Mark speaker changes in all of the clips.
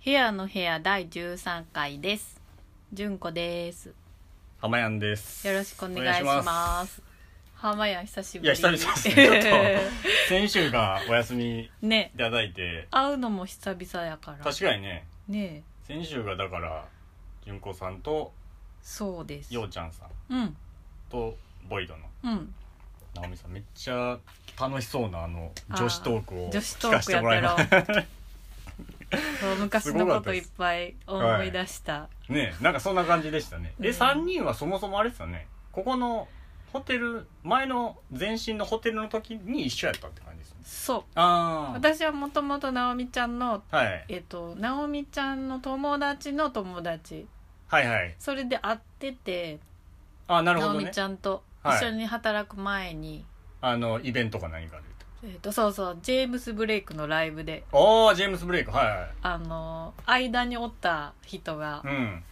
Speaker 1: ヘアの部屋第13回です。純子です。
Speaker 2: 浜やんです
Speaker 1: よろしくお願いし
Speaker 2: お願
Speaker 1: ま。
Speaker 2: いします
Speaker 1: 浜や久しぶり。
Speaker 2: いや久 々ですねちょ先週がお休みい
Speaker 1: ね、
Speaker 2: ただいて
Speaker 1: 会うのも久々やから。
Speaker 2: 確かにね
Speaker 1: ねえ、
Speaker 2: 先週がだから純子さんと
Speaker 1: そうです。
Speaker 2: ようちゃんさん
Speaker 1: うん、
Speaker 2: とボイドの
Speaker 1: うん。
Speaker 2: 直美さんめっちゃ楽しそうなあの女子トークを
Speaker 1: 女子
Speaker 2: 聞
Speaker 1: トー
Speaker 2: か
Speaker 1: ク
Speaker 2: せて
Speaker 1: やっ
Speaker 2: もら
Speaker 1: た
Speaker 2: い
Speaker 1: ろ
Speaker 2: まし。
Speaker 1: そう昔のこといっぱい思い出した。
Speaker 2: たねなんかそんな感じでしたね
Speaker 1: うん
Speaker 2: え三人はそもそもあれですよねここのホテル前の前身のホテルの時に一緒やったって感じですね
Speaker 1: そう。
Speaker 2: あ
Speaker 1: 私はもともと直美ちゃんの、
Speaker 2: あ、はい、
Speaker 1: えっと、直美ちゃんの友達の友達。
Speaker 2: はいはい
Speaker 1: それで会ってて、
Speaker 2: ああなるほ
Speaker 1: 直
Speaker 2: ど
Speaker 1: 美
Speaker 2: ね
Speaker 1: ちゃんと一緒に働く前に、
Speaker 2: あのイベントか何かで言うと
Speaker 1: えっとそうそうジェームス・ブレイクのライブで
Speaker 2: ああジェームス・ブレイクはいはい
Speaker 1: あの間におった人が、
Speaker 2: うん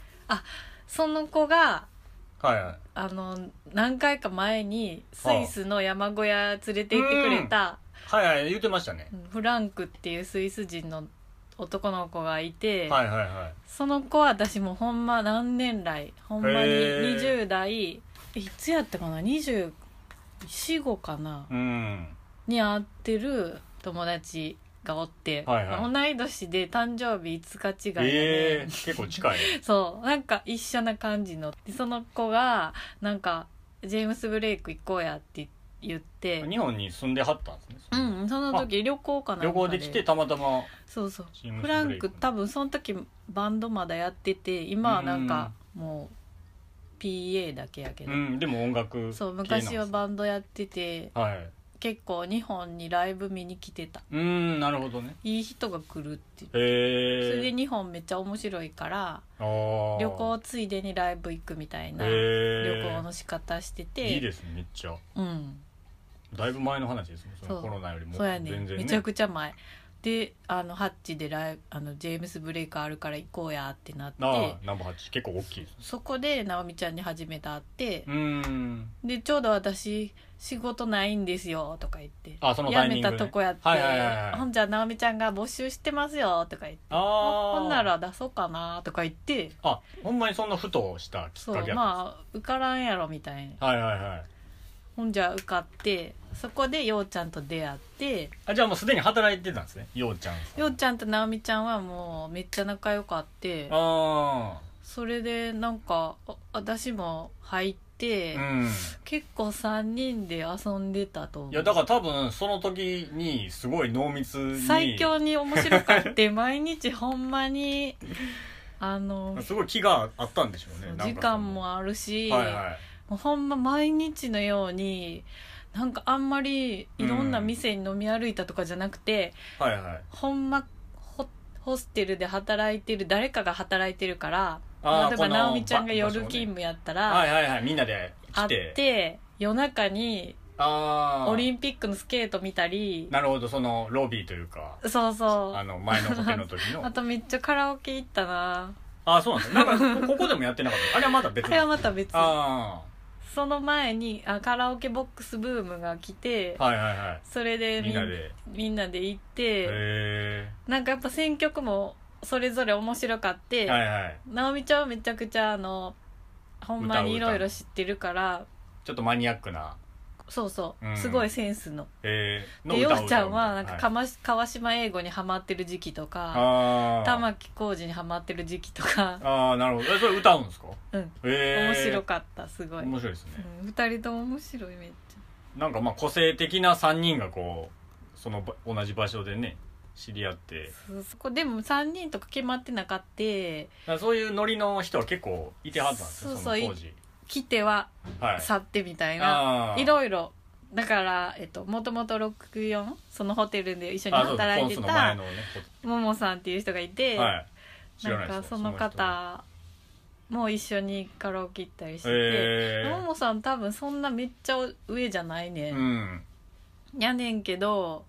Speaker 1: その子が
Speaker 2: はいはい
Speaker 1: あの何回か前にスイスの山小屋連れて行ってくれた、
Speaker 2: はいはい言ってましたね
Speaker 1: フランクっていうスイス人の男の子がいて、
Speaker 2: はいはいはい
Speaker 1: その子は私もほんま何年来ほんまに
Speaker 2: へー
Speaker 1: 20代いつやったかな245かな、
Speaker 2: うん
Speaker 1: に会ってる友達がおって、
Speaker 2: はいはい
Speaker 1: 同い年で誕生日5日違い
Speaker 2: え
Speaker 1: で、ね
Speaker 2: えー、結構近い
Speaker 1: そうなんか一緒な感じのでその子がなんか「ジェームス・ブレイク行こうや」って言って、
Speaker 2: 日本に住んではったんですね
Speaker 1: うん、その時旅行かなんか
Speaker 2: 旅行で来てたまたま
Speaker 1: そうそう
Speaker 2: ジェームス
Speaker 1: フラ
Speaker 2: ブレ
Speaker 1: ン
Speaker 2: イ
Speaker 1: ク
Speaker 2: ク
Speaker 1: 多分その時バンドまだやってて今はなんかもう PA だけやけど、
Speaker 2: うんでも音楽
Speaker 1: そう
Speaker 2: 系なんです
Speaker 1: 昔はバンドやってて
Speaker 2: はい
Speaker 1: 結構日本にライブ見に来てた
Speaker 2: うんなるほどね
Speaker 1: いい人が来るって
Speaker 2: へえー、
Speaker 1: それで日本めっちゃ面白いから
Speaker 2: あー
Speaker 1: 旅行ついでにライブ行くみたいな
Speaker 2: へ
Speaker 1: 旅
Speaker 2: ー
Speaker 1: 行の仕方してて
Speaker 2: いいですねめっちゃ
Speaker 1: うん
Speaker 2: だいぶ前の話ですねそ
Speaker 1: そ
Speaker 2: の
Speaker 1: う
Speaker 2: コロナよりも
Speaker 1: そうやね
Speaker 2: 全然ね
Speaker 1: めちゃくちゃ前であのハッチでライブあのジェームス・ブレイクあるから行こうやってなっ
Speaker 2: あ
Speaker 1: て
Speaker 2: あナンバー8結構大きいです
Speaker 1: そこで直美ちゃんに初めて会って
Speaker 2: うん
Speaker 1: でちょうど私仕事ないんですよとか言って
Speaker 2: あそのタ
Speaker 1: 辞
Speaker 2: イミ
Speaker 1: め
Speaker 2: ング
Speaker 1: た
Speaker 2: ね
Speaker 1: とこやって
Speaker 2: はいはいはいはい
Speaker 1: ほんじゃ直美ちゃんが募集してますよとか言って
Speaker 2: ああ
Speaker 1: ほんなら出そうかなとか言って
Speaker 2: あほんまにそんなふとしたきっ
Speaker 1: そ
Speaker 2: かけやったんで
Speaker 1: う
Speaker 2: す
Speaker 1: まあ受からんやろみたいな
Speaker 2: はいはいはい
Speaker 1: ほんじゃ受かってそこでようちゃんと出会って
Speaker 2: あじゃあもうすでに働いてたんですねようちゃんさん
Speaker 1: ようちゃんとなおみちゃんはもうめっちゃ仲良かって
Speaker 2: あ
Speaker 1: それでなんかあ私も入って、
Speaker 2: あうん
Speaker 1: 結構3人で遊んでたと思う
Speaker 2: いやだから多分その時にすごい濃密に
Speaker 1: 最強に面白かって 毎日ほんまにあの
Speaker 2: すごい気があったんでしょうねなんかその
Speaker 1: 時間もあるし、
Speaker 2: はいはい
Speaker 1: もうほんま毎日のようになんかあんまりいろんな店に飲み歩いたとかじゃなくて、
Speaker 2: はいはい
Speaker 1: ほんまホホステルで働いてる誰かが働いてるから
Speaker 2: あー
Speaker 1: 例えば
Speaker 2: この
Speaker 1: 直美ちゃんが夜
Speaker 2: 場所ね
Speaker 1: 勤務やったら、
Speaker 2: はいはいはいみんなで
Speaker 1: 会
Speaker 2: 来
Speaker 1: ってて夜中に
Speaker 2: ああ
Speaker 1: オリンピックのスケート見たり
Speaker 2: なるほどそのロビーというか
Speaker 1: そうそ
Speaker 2: あ
Speaker 1: う
Speaker 2: の前のホテルの時 の
Speaker 1: あとめっちゃカラオケ行ったな
Speaker 2: ああそうなんですねなんかここでもやってなかったあれはまだ別
Speaker 1: あ
Speaker 2: に
Speaker 1: れはまた別
Speaker 2: あ
Speaker 1: その前にあカラオケボックスブームが来て
Speaker 2: あはいはいはい
Speaker 1: それでみ
Speaker 2: みんなで
Speaker 1: みんなで行っ
Speaker 2: へ
Speaker 1: て
Speaker 2: え
Speaker 1: なんかやっぱ選曲もそれぞれ面白かって、
Speaker 2: はいはい
Speaker 1: 直美ちゃんはめちゃくちゃあのほんまにいろいろ知ってるから
Speaker 2: ちょっとマニアックな
Speaker 1: そうそう、
Speaker 2: うん
Speaker 1: すごいセンスの。
Speaker 2: えー、
Speaker 1: で
Speaker 2: の
Speaker 1: よ
Speaker 2: 歌を歌う
Speaker 1: うちゃんはなんかか
Speaker 2: い、
Speaker 1: まし、川島英語にハマってる時期とか
Speaker 2: あー
Speaker 1: 玉置浩二にハマってる時期とか、
Speaker 2: あーなるほどえそれ歌うんですか
Speaker 1: うん、
Speaker 2: えー、
Speaker 1: 面白かったすごい、うん、
Speaker 2: 面白いですね
Speaker 1: 2人とも面白いめっち
Speaker 2: なんかまあ個性的な3人がこうそのば同じ場所でね知り合って
Speaker 1: ゃそそこでも3人とか決まってなかって
Speaker 2: なんかそういうノリの人は結構いてはったんですよ
Speaker 1: そう
Speaker 2: そ
Speaker 1: そう
Speaker 2: の当時
Speaker 1: 来ては
Speaker 2: はい
Speaker 1: 去ってみたいな、
Speaker 2: あー
Speaker 1: いろいろだから、えっと、もともと64そのホテルで一緒に
Speaker 2: あそう
Speaker 1: 働い
Speaker 2: コン
Speaker 1: て
Speaker 2: スの前
Speaker 1: た
Speaker 2: のね
Speaker 1: ももさんっていう人がいて、
Speaker 2: はい知ら
Speaker 1: な
Speaker 2: なんいです
Speaker 1: か
Speaker 2: よ
Speaker 1: その方も一緒にカラオケ行ったりし
Speaker 2: 人
Speaker 1: て、
Speaker 2: え
Speaker 1: ももさん多分そんなめっちゃ上じゃないね
Speaker 2: ー、う、ん
Speaker 1: やねんけど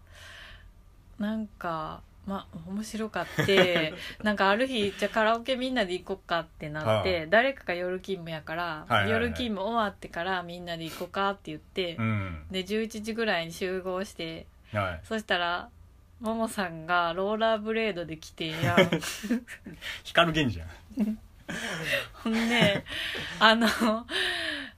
Speaker 1: なんかまあ面白かって なんかある日じゃあカラオケみんなで行こっかってなって、
Speaker 2: は
Speaker 1: 誰かが夜勤務やから、
Speaker 2: はいはいはい
Speaker 1: 夜勤務終わってからみんなで行こうかって言って
Speaker 2: う、ん
Speaker 1: で11時ぐらいに集合して
Speaker 2: はい
Speaker 1: そしたらももさんがローラーブレードで来てんやん
Speaker 2: 光源氏やん
Speaker 1: ほんであの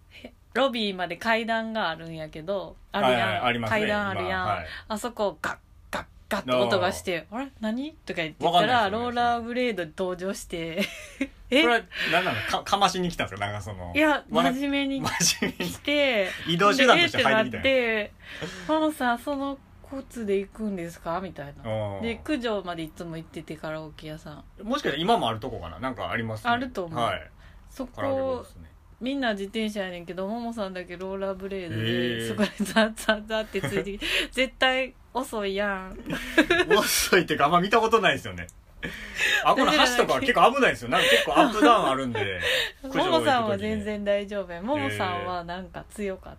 Speaker 1: へロビーまで階段があるんやけどあるやん、
Speaker 2: はいはいありますね
Speaker 1: 階段あるやん、
Speaker 2: まあはい
Speaker 1: あそこガッガッガッと音がして「あれ何?」とか言って
Speaker 2: わか
Speaker 1: た
Speaker 2: んない
Speaker 1: ら、
Speaker 2: ですよね
Speaker 1: ローラーブレードで登場して 「
Speaker 2: こ
Speaker 1: え
Speaker 2: れは何なのかかましに来たんですかなんかその
Speaker 1: いや
Speaker 2: わら
Speaker 1: 真面目に
Speaker 2: 真面目に
Speaker 1: 来て
Speaker 2: 移動手段として入ってきたんや
Speaker 1: でえーってなって「ママさんそのコツで行くんですか?」みたいな。
Speaker 2: うん
Speaker 1: で九条までいつも行っててカラオケ屋さん
Speaker 2: もしかしたら今もあるとこかななんかありますね
Speaker 1: あると思う
Speaker 2: はい
Speaker 1: そ
Speaker 2: カラオケボッ
Speaker 1: こ
Speaker 2: クスね
Speaker 1: みんな自転車やねんけどももさんだけローラーブレードで、
Speaker 2: へー
Speaker 1: そこにザッザッザッってつい てきて絶対遅いやん
Speaker 2: 遅いっていうかあんま見たことないですよねあこの橋とかは結構危ないですよなんか結構アップダウンあるんで
Speaker 1: も
Speaker 2: 九条行く時ね
Speaker 1: もさんは全然大丈夫やももさんはなんか強かっ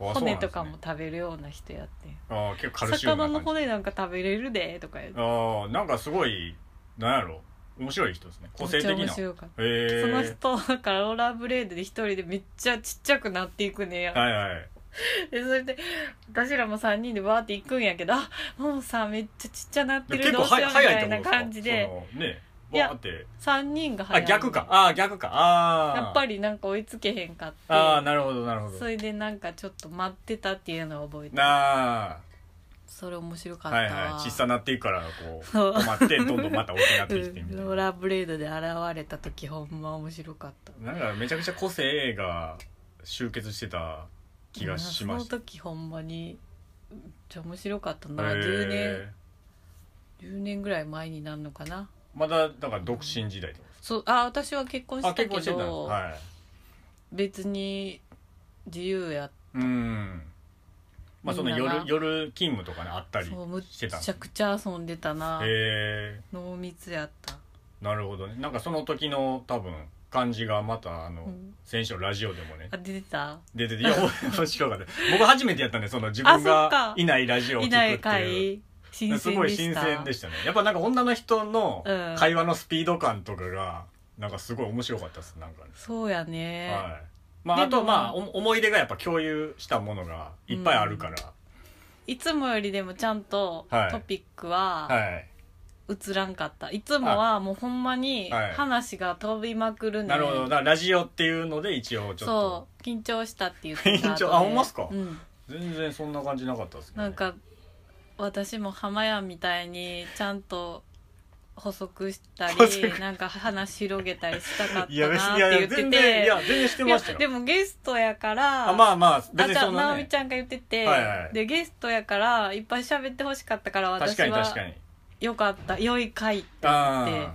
Speaker 1: た、
Speaker 2: あそうな
Speaker 1: 骨
Speaker 2: ん
Speaker 1: と
Speaker 2: です
Speaker 1: か
Speaker 2: ね
Speaker 1: も食べるような人やってん
Speaker 2: あー結構カルシウムな
Speaker 1: 魚
Speaker 2: 感じ
Speaker 1: の骨なんか食べれるでとか言って
Speaker 2: ああなんかすごいなんやろ面白い人ですね個性的
Speaker 1: めっちゃ
Speaker 2: な
Speaker 1: 面
Speaker 2: へ
Speaker 1: 白かったその
Speaker 2: え
Speaker 1: 人だからローラーブレードで一人でめっちゃちっちゃくなっていくねや、
Speaker 2: はいはい
Speaker 1: でそれで私らも3人でバーって行くんやけどあもうさめっちゃちっちゃなってる
Speaker 2: 結
Speaker 1: どう
Speaker 2: 構
Speaker 1: しよう
Speaker 2: は
Speaker 1: み
Speaker 2: 早いったて
Speaker 1: い
Speaker 2: こ
Speaker 1: な
Speaker 2: とですか
Speaker 1: 感じで
Speaker 2: そのね
Speaker 1: いや
Speaker 2: バーって
Speaker 1: 3人が早
Speaker 2: あ
Speaker 1: い
Speaker 2: 逆かああ逆かああ
Speaker 1: やっぱりなんか追いつけへんかって
Speaker 2: ああなるほどなるほ
Speaker 1: そ
Speaker 2: ど
Speaker 1: れでなんかちょっと待ってたっていうのを覚えてる
Speaker 2: な
Speaker 1: それ面白か
Speaker 2: あ
Speaker 1: ったわ
Speaker 2: はいはい小さなっていくから こう
Speaker 1: そう
Speaker 2: 止まってどんどんまた大きくなっ
Speaker 1: う
Speaker 2: てきてみた
Speaker 1: ん
Speaker 2: い
Speaker 1: ロー
Speaker 2: な
Speaker 1: ラーブレードで現れた時ほんま面白かった
Speaker 2: なんかめちゃくちゃ個性が集結してた気がしまし
Speaker 1: そ
Speaker 2: た
Speaker 1: の時ほんまにめっちゃ面白かったな
Speaker 2: へー
Speaker 1: 10年10年ぐらい前になるのかな
Speaker 2: まだだから独身時代ってことです
Speaker 1: そうあ私は結婚し
Speaker 2: かあ
Speaker 1: たけ
Speaker 2: 結
Speaker 1: ど
Speaker 2: 婚してたんですはい
Speaker 1: 別に自由やっ
Speaker 2: うんまあその
Speaker 1: みんな
Speaker 2: 夜
Speaker 1: が
Speaker 2: 夜勤務とかねあっ
Speaker 1: た
Speaker 2: たり
Speaker 1: そうむっ
Speaker 2: して
Speaker 1: ち
Speaker 2: たんです
Speaker 1: ゃくちゃ遊んでたな
Speaker 2: へえ
Speaker 1: 濃密やった
Speaker 2: なるほどねなんかその時の多分感じがまたあの、
Speaker 1: うん
Speaker 2: 先週のラジオでもね
Speaker 1: あ出てた
Speaker 2: 出ててい や面白かった僕初めてやったんでその自分
Speaker 1: あそっか
Speaker 2: がいないラジオを聞
Speaker 1: い
Speaker 2: くっ
Speaker 1: な
Speaker 2: てい
Speaker 1: いう回新鮮でした
Speaker 2: すごい新鮮でしたねやっぱなんか女の人の
Speaker 1: うん
Speaker 2: 会話のスピード感とかがなんかすごい面白かったですなんかね、
Speaker 1: そうやね、
Speaker 2: はいまあ、
Speaker 1: で
Speaker 2: あと
Speaker 1: も
Speaker 2: まあお思い出がやっぱ共有したものがいっぱいあるから、
Speaker 1: い、つもよりでもちゃんと
Speaker 2: はい
Speaker 1: トピックは
Speaker 2: はい
Speaker 1: 映らんかった、い、つもはもうほんまに
Speaker 2: はい
Speaker 1: 話が飛びまくるね、
Speaker 2: なるほどだからラジオっていうので一応ちょっと
Speaker 1: そう緊張したって言ってた
Speaker 2: 緊張
Speaker 1: 後で
Speaker 2: あほんまっすか
Speaker 1: うん、
Speaker 2: 全然そんな感じなかったですけど
Speaker 1: な
Speaker 2: ね
Speaker 1: んか私も浜屋みたいにちゃんと補足したり
Speaker 2: 補足
Speaker 1: なんか話広げたりしたかった
Speaker 2: いや別
Speaker 1: なっ
Speaker 2: にい
Speaker 1: て
Speaker 2: や
Speaker 1: 言ってて
Speaker 2: 全然いや全然して
Speaker 1: い
Speaker 2: ま
Speaker 1: や
Speaker 2: したよ
Speaker 1: でもゲストやから
Speaker 2: あまあまあ別
Speaker 1: あ
Speaker 2: に
Speaker 1: じゃ
Speaker 2: そ
Speaker 1: あ
Speaker 2: んな
Speaker 1: 直美
Speaker 2: ね
Speaker 1: ちゃんが言ってて、
Speaker 2: はいはい
Speaker 1: でゲストやからいっぱい喋ってほしかったから
Speaker 2: 確
Speaker 1: 私
Speaker 2: かに確か
Speaker 1: は
Speaker 2: に
Speaker 1: よかった良い回って
Speaker 2: あ
Speaker 1: って
Speaker 2: あ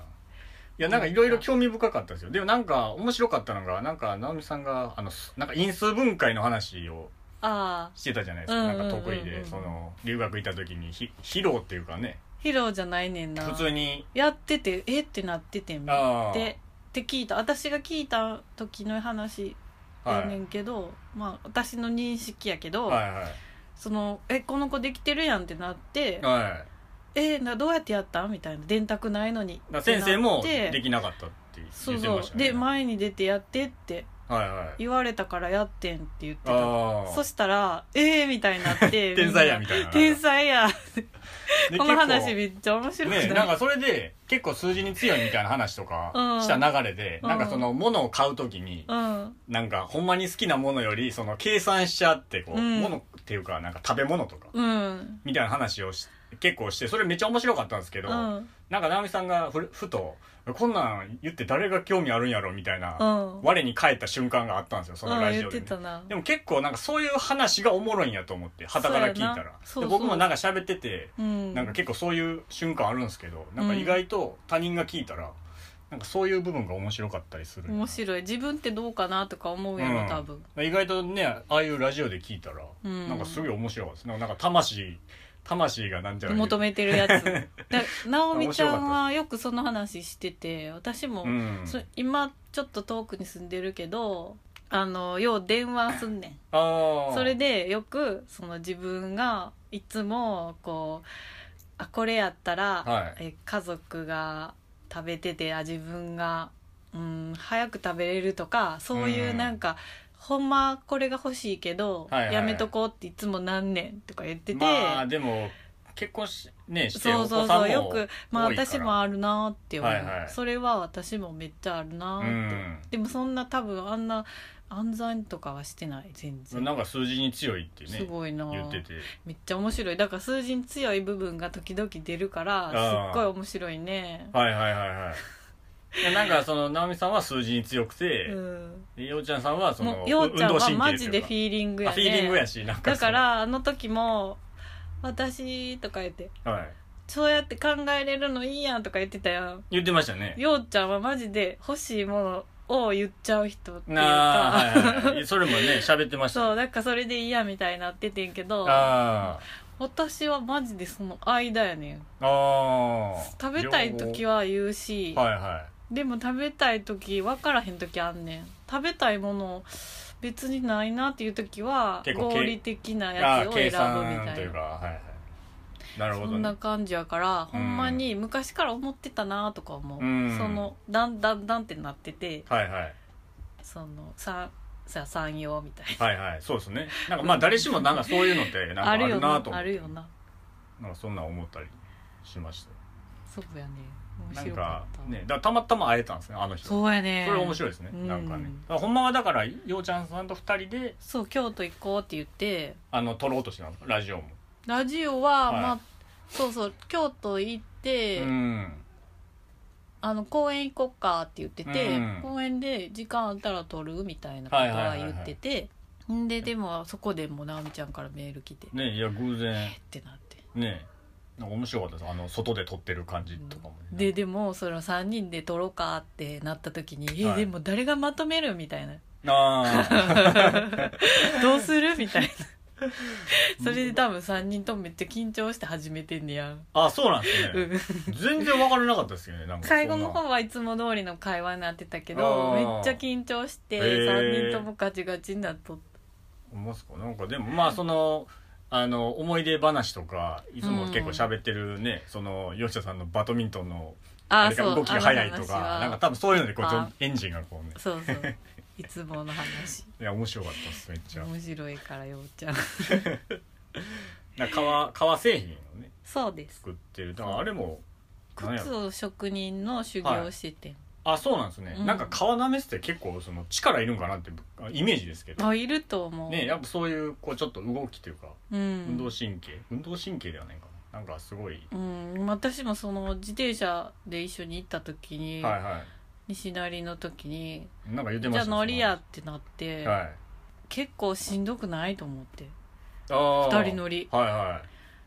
Speaker 2: いやなんかいろいろ興味深かったですよでもなんか面白かったのがなんか直美さんがあのすなんか因数分解の話を
Speaker 1: ああ
Speaker 2: してたじゃないですか、
Speaker 1: うんうんうんうん
Speaker 2: なんか得意でその留学行った時にひ披露っていうかね
Speaker 1: 披露じゃないねんな
Speaker 2: 普通に
Speaker 1: やっててえってなっててんで
Speaker 2: ああ
Speaker 1: って聞いた私が聞いた時の話
Speaker 2: は
Speaker 1: や
Speaker 2: い
Speaker 1: ねんけど、まあ私の認識やけど、
Speaker 2: はいは
Speaker 1: そのえこの子できてるやんってなって
Speaker 2: いは
Speaker 1: えなどうやってやったんみたいな電卓ないのに
Speaker 2: いだから先生も
Speaker 1: ってなって
Speaker 2: できなかったって
Speaker 1: そ
Speaker 2: 言
Speaker 1: う
Speaker 2: って
Speaker 1: そ
Speaker 2: ました
Speaker 1: う
Speaker 2: ね
Speaker 1: で前に出てやってって
Speaker 2: はいはい
Speaker 1: 言われたからやってんって言ってた
Speaker 2: ああ
Speaker 1: そしたらええー、みたいになって
Speaker 2: 天才やみたいな
Speaker 1: 天才や
Speaker 2: で
Speaker 1: この話
Speaker 2: 結構
Speaker 1: めっちゃ面白くない、
Speaker 2: ね、なんかそれで結構数字に強いみたいな話とか
Speaker 1: うん
Speaker 2: した流れで、
Speaker 1: うん
Speaker 2: なんかその物を買う時に、
Speaker 1: うん
Speaker 2: なんかほんまに好きなものよりその計算しちゃってこう、
Speaker 1: うん
Speaker 2: 物っていうかなんか食べ物とか
Speaker 1: うん
Speaker 2: みたいな話をし結構してそれめっちゃ面白かったんですけど、
Speaker 1: うん
Speaker 2: なんか直美さんがふふとこんなん言って誰が興味あるんやろみたいな、
Speaker 1: うん
Speaker 2: 我に返った瞬間があったんですよそのラジ
Speaker 1: う
Speaker 2: オ
Speaker 1: ん、言
Speaker 2: で
Speaker 1: っ
Speaker 2: ね、
Speaker 1: てたな
Speaker 2: でも結構なんかそういう話がおもろいんやと思って傍から聞いた
Speaker 1: そうや
Speaker 2: ら
Speaker 1: なそう
Speaker 2: で
Speaker 1: そう
Speaker 2: 僕もなんか喋ってて
Speaker 1: うん
Speaker 2: なんか結構そういう瞬間あるんですけどなんか意外と他人が聞いたら、なんかそういう部分が面白かったりする
Speaker 1: 面白い自分ってどうかなとか思うやろ、
Speaker 2: うん
Speaker 1: 多分
Speaker 2: 意外とねああいうラジオで聞いたら、
Speaker 1: うん
Speaker 2: なんかすごい面白かったですなんかなんか魂魂がなんちゃら
Speaker 1: 求めてる やつだ直美ちゃんはよくその話してて私も、
Speaker 2: うん
Speaker 1: そ今ちょっと遠くに住んでるけどあのよう電話すんねん
Speaker 2: ああ
Speaker 1: それでよくその自分がいつもこうあこれやったら、
Speaker 2: はい
Speaker 1: え家族が食べててあ自分が、うん、早く食べれるとかそういう
Speaker 2: うん
Speaker 1: なんか、ほんまこれが欲しいけど、
Speaker 2: はいはいはい
Speaker 1: やめとこうっていつもなんねんとか言ってて、
Speaker 2: まあでも結婚しねして
Speaker 1: そうそう
Speaker 2: お子さ
Speaker 1: そ
Speaker 2: んも
Speaker 1: うよくまあ
Speaker 2: 多いから
Speaker 1: 私もあるなーって思う、
Speaker 2: はいはい
Speaker 1: それは私もめっちゃあるな
Speaker 2: う
Speaker 1: ーって、
Speaker 2: ん
Speaker 1: でもそんな多分あんな暗算とかはしてない全然
Speaker 2: なんか数字に強いってね
Speaker 1: すごいなー
Speaker 2: 言ってて
Speaker 1: めっちゃ面白いだから数字に強い部分が時々出るから
Speaker 2: あー
Speaker 1: すっごい面白いね
Speaker 2: はいはいはいはいいやなんかその直美さんは数字に強くて、
Speaker 1: うん
Speaker 2: でようちゃんさんはそ
Speaker 1: も
Speaker 2: の
Speaker 1: うようちゃん
Speaker 2: 運
Speaker 1: は
Speaker 2: 動神経
Speaker 1: マジでフ
Speaker 2: とい
Speaker 1: ィ
Speaker 2: うか
Speaker 1: ーリング
Speaker 2: あ
Speaker 1: や
Speaker 2: フィーリング
Speaker 1: ね
Speaker 2: やしなんか
Speaker 1: だ
Speaker 2: そ
Speaker 1: か
Speaker 2: の
Speaker 1: らあの時も「私」とか言って
Speaker 2: はい、
Speaker 1: 「そうやって考えれるのいいやん」とか言ってたやん
Speaker 2: 言ってましたね
Speaker 1: ようちゃんはマジで欲しいものを言っちゃう人っていう
Speaker 2: なあ
Speaker 1: か、
Speaker 2: はいはいはいそれもね喋ってまし た
Speaker 1: そうなんかそれで嫌みたいになっててんけど
Speaker 2: あ
Speaker 1: 私はマジでその間やねん
Speaker 2: あああ
Speaker 1: 食べたい時
Speaker 2: は
Speaker 1: は言うし、
Speaker 2: はいは
Speaker 1: でも食べたい時分からへん時あんねん食べたいもの別にないなっていう時は
Speaker 2: 結構け
Speaker 1: 合理的ないや
Speaker 2: ああ
Speaker 1: つを選ぶ
Speaker 2: 計
Speaker 1: み
Speaker 2: 算
Speaker 1: た
Speaker 2: とい
Speaker 1: いう
Speaker 2: か
Speaker 1: な
Speaker 2: はいはいなるほど、ね、
Speaker 1: そんな感じやから
Speaker 2: う
Speaker 1: ほ
Speaker 2: ん
Speaker 1: んまに昔から思ってたなとか思う、
Speaker 2: うん
Speaker 1: そのだんだんだんってなってて
Speaker 2: はいはい
Speaker 1: そのささ三様みたいな
Speaker 2: はいはいそうですねなんかまあ誰しもなんかそういうのってなんかあ
Speaker 1: ある
Speaker 2: る
Speaker 1: よ
Speaker 2: な
Speaker 1: な
Speaker 2: と思
Speaker 1: あ
Speaker 2: って
Speaker 1: るよな
Speaker 2: なんかそんなん思ったりしました
Speaker 1: そうやね面
Speaker 2: なん
Speaker 1: 白
Speaker 2: か
Speaker 1: かった
Speaker 2: ねだからたまたま会えたんですねあの人
Speaker 1: そうやね
Speaker 2: それ面白いですね、
Speaker 1: うん
Speaker 2: なんかねだからほんまはだからようちゃんさんと二人で
Speaker 1: そう京都行こうって言って
Speaker 2: あの撮ろうとしてたんですラジオも、
Speaker 1: ラジオは、
Speaker 2: はい
Speaker 1: まあそうそう京都行って、
Speaker 2: うん
Speaker 1: あの公園行こっかって言ってて、
Speaker 2: うん
Speaker 1: 公園で時間あったら撮るみたいなことは言ってて、んででもそこでも直美ちゃんからメール来て、
Speaker 2: ねいや偶然
Speaker 1: ってなって、
Speaker 2: ねなんか面白かったですあの外で撮ってる感じとかもね、
Speaker 1: ででもその3人で撮ろうかってなった時に「
Speaker 2: はい
Speaker 1: えでも誰がまとめる?」みたいな
Speaker 2: あ
Speaker 1: 「どうする?」みたいなそれで多分3人ともめっちゃ緊張して始めてんねやん、
Speaker 2: ああそうなんです
Speaker 1: う
Speaker 2: ね
Speaker 1: ん
Speaker 2: 全然分からなかったですよねなんかそんな
Speaker 1: 最後の方はいつも通りの会話になってたけ
Speaker 2: あ
Speaker 1: ど
Speaker 2: ー
Speaker 1: めっちゃ緊張して
Speaker 2: へー
Speaker 1: 3人ともガチガチになっとっ
Speaker 2: 思いますかなんかでもまあそのあの思い出話とかいつも結構喋ってるね、その吉田さんのバドミントンの
Speaker 1: た
Speaker 2: あれが動きが速いと
Speaker 1: あの話
Speaker 2: か
Speaker 1: は
Speaker 2: なんか多分そういうのでこうちょ
Speaker 1: あ
Speaker 2: エンジンがこうね
Speaker 1: そうそう いつもの話
Speaker 2: いや面白かったですめっちゃ
Speaker 1: 面白いからようちゃん
Speaker 2: なんか革革製品をね
Speaker 1: そうです
Speaker 2: 作ってるだからあれもなんや
Speaker 1: 靴
Speaker 2: ろ
Speaker 1: を職人の修行してて、
Speaker 2: あそうなんですね、
Speaker 1: うん
Speaker 2: なんか革なめって結構その力いるんかなってあイメージですけど
Speaker 1: あいると思う、
Speaker 2: ねやっぱそういうこうちょっと動きというか
Speaker 1: うん、
Speaker 2: 運動神経、運動神経ではないかななんかすごい、
Speaker 1: うん、私もその自転車で一緒に行った時に、
Speaker 2: はいは
Speaker 1: 西成の時に
Speaker 2: いなんか
Speaker 1: 「
Speaker 2: 言ってま
Speaker 1: じゃ
Speaker 2: した
Speaker 1: あ
Speaker 2: ね
Speaker 1: 乗りや」ってなって、
Speaker 2: はい
Speaker 1: 結構しんどくないと思って
Speaker 2: あー
Speaker 1: 二人乗り
Speaker 2: はいは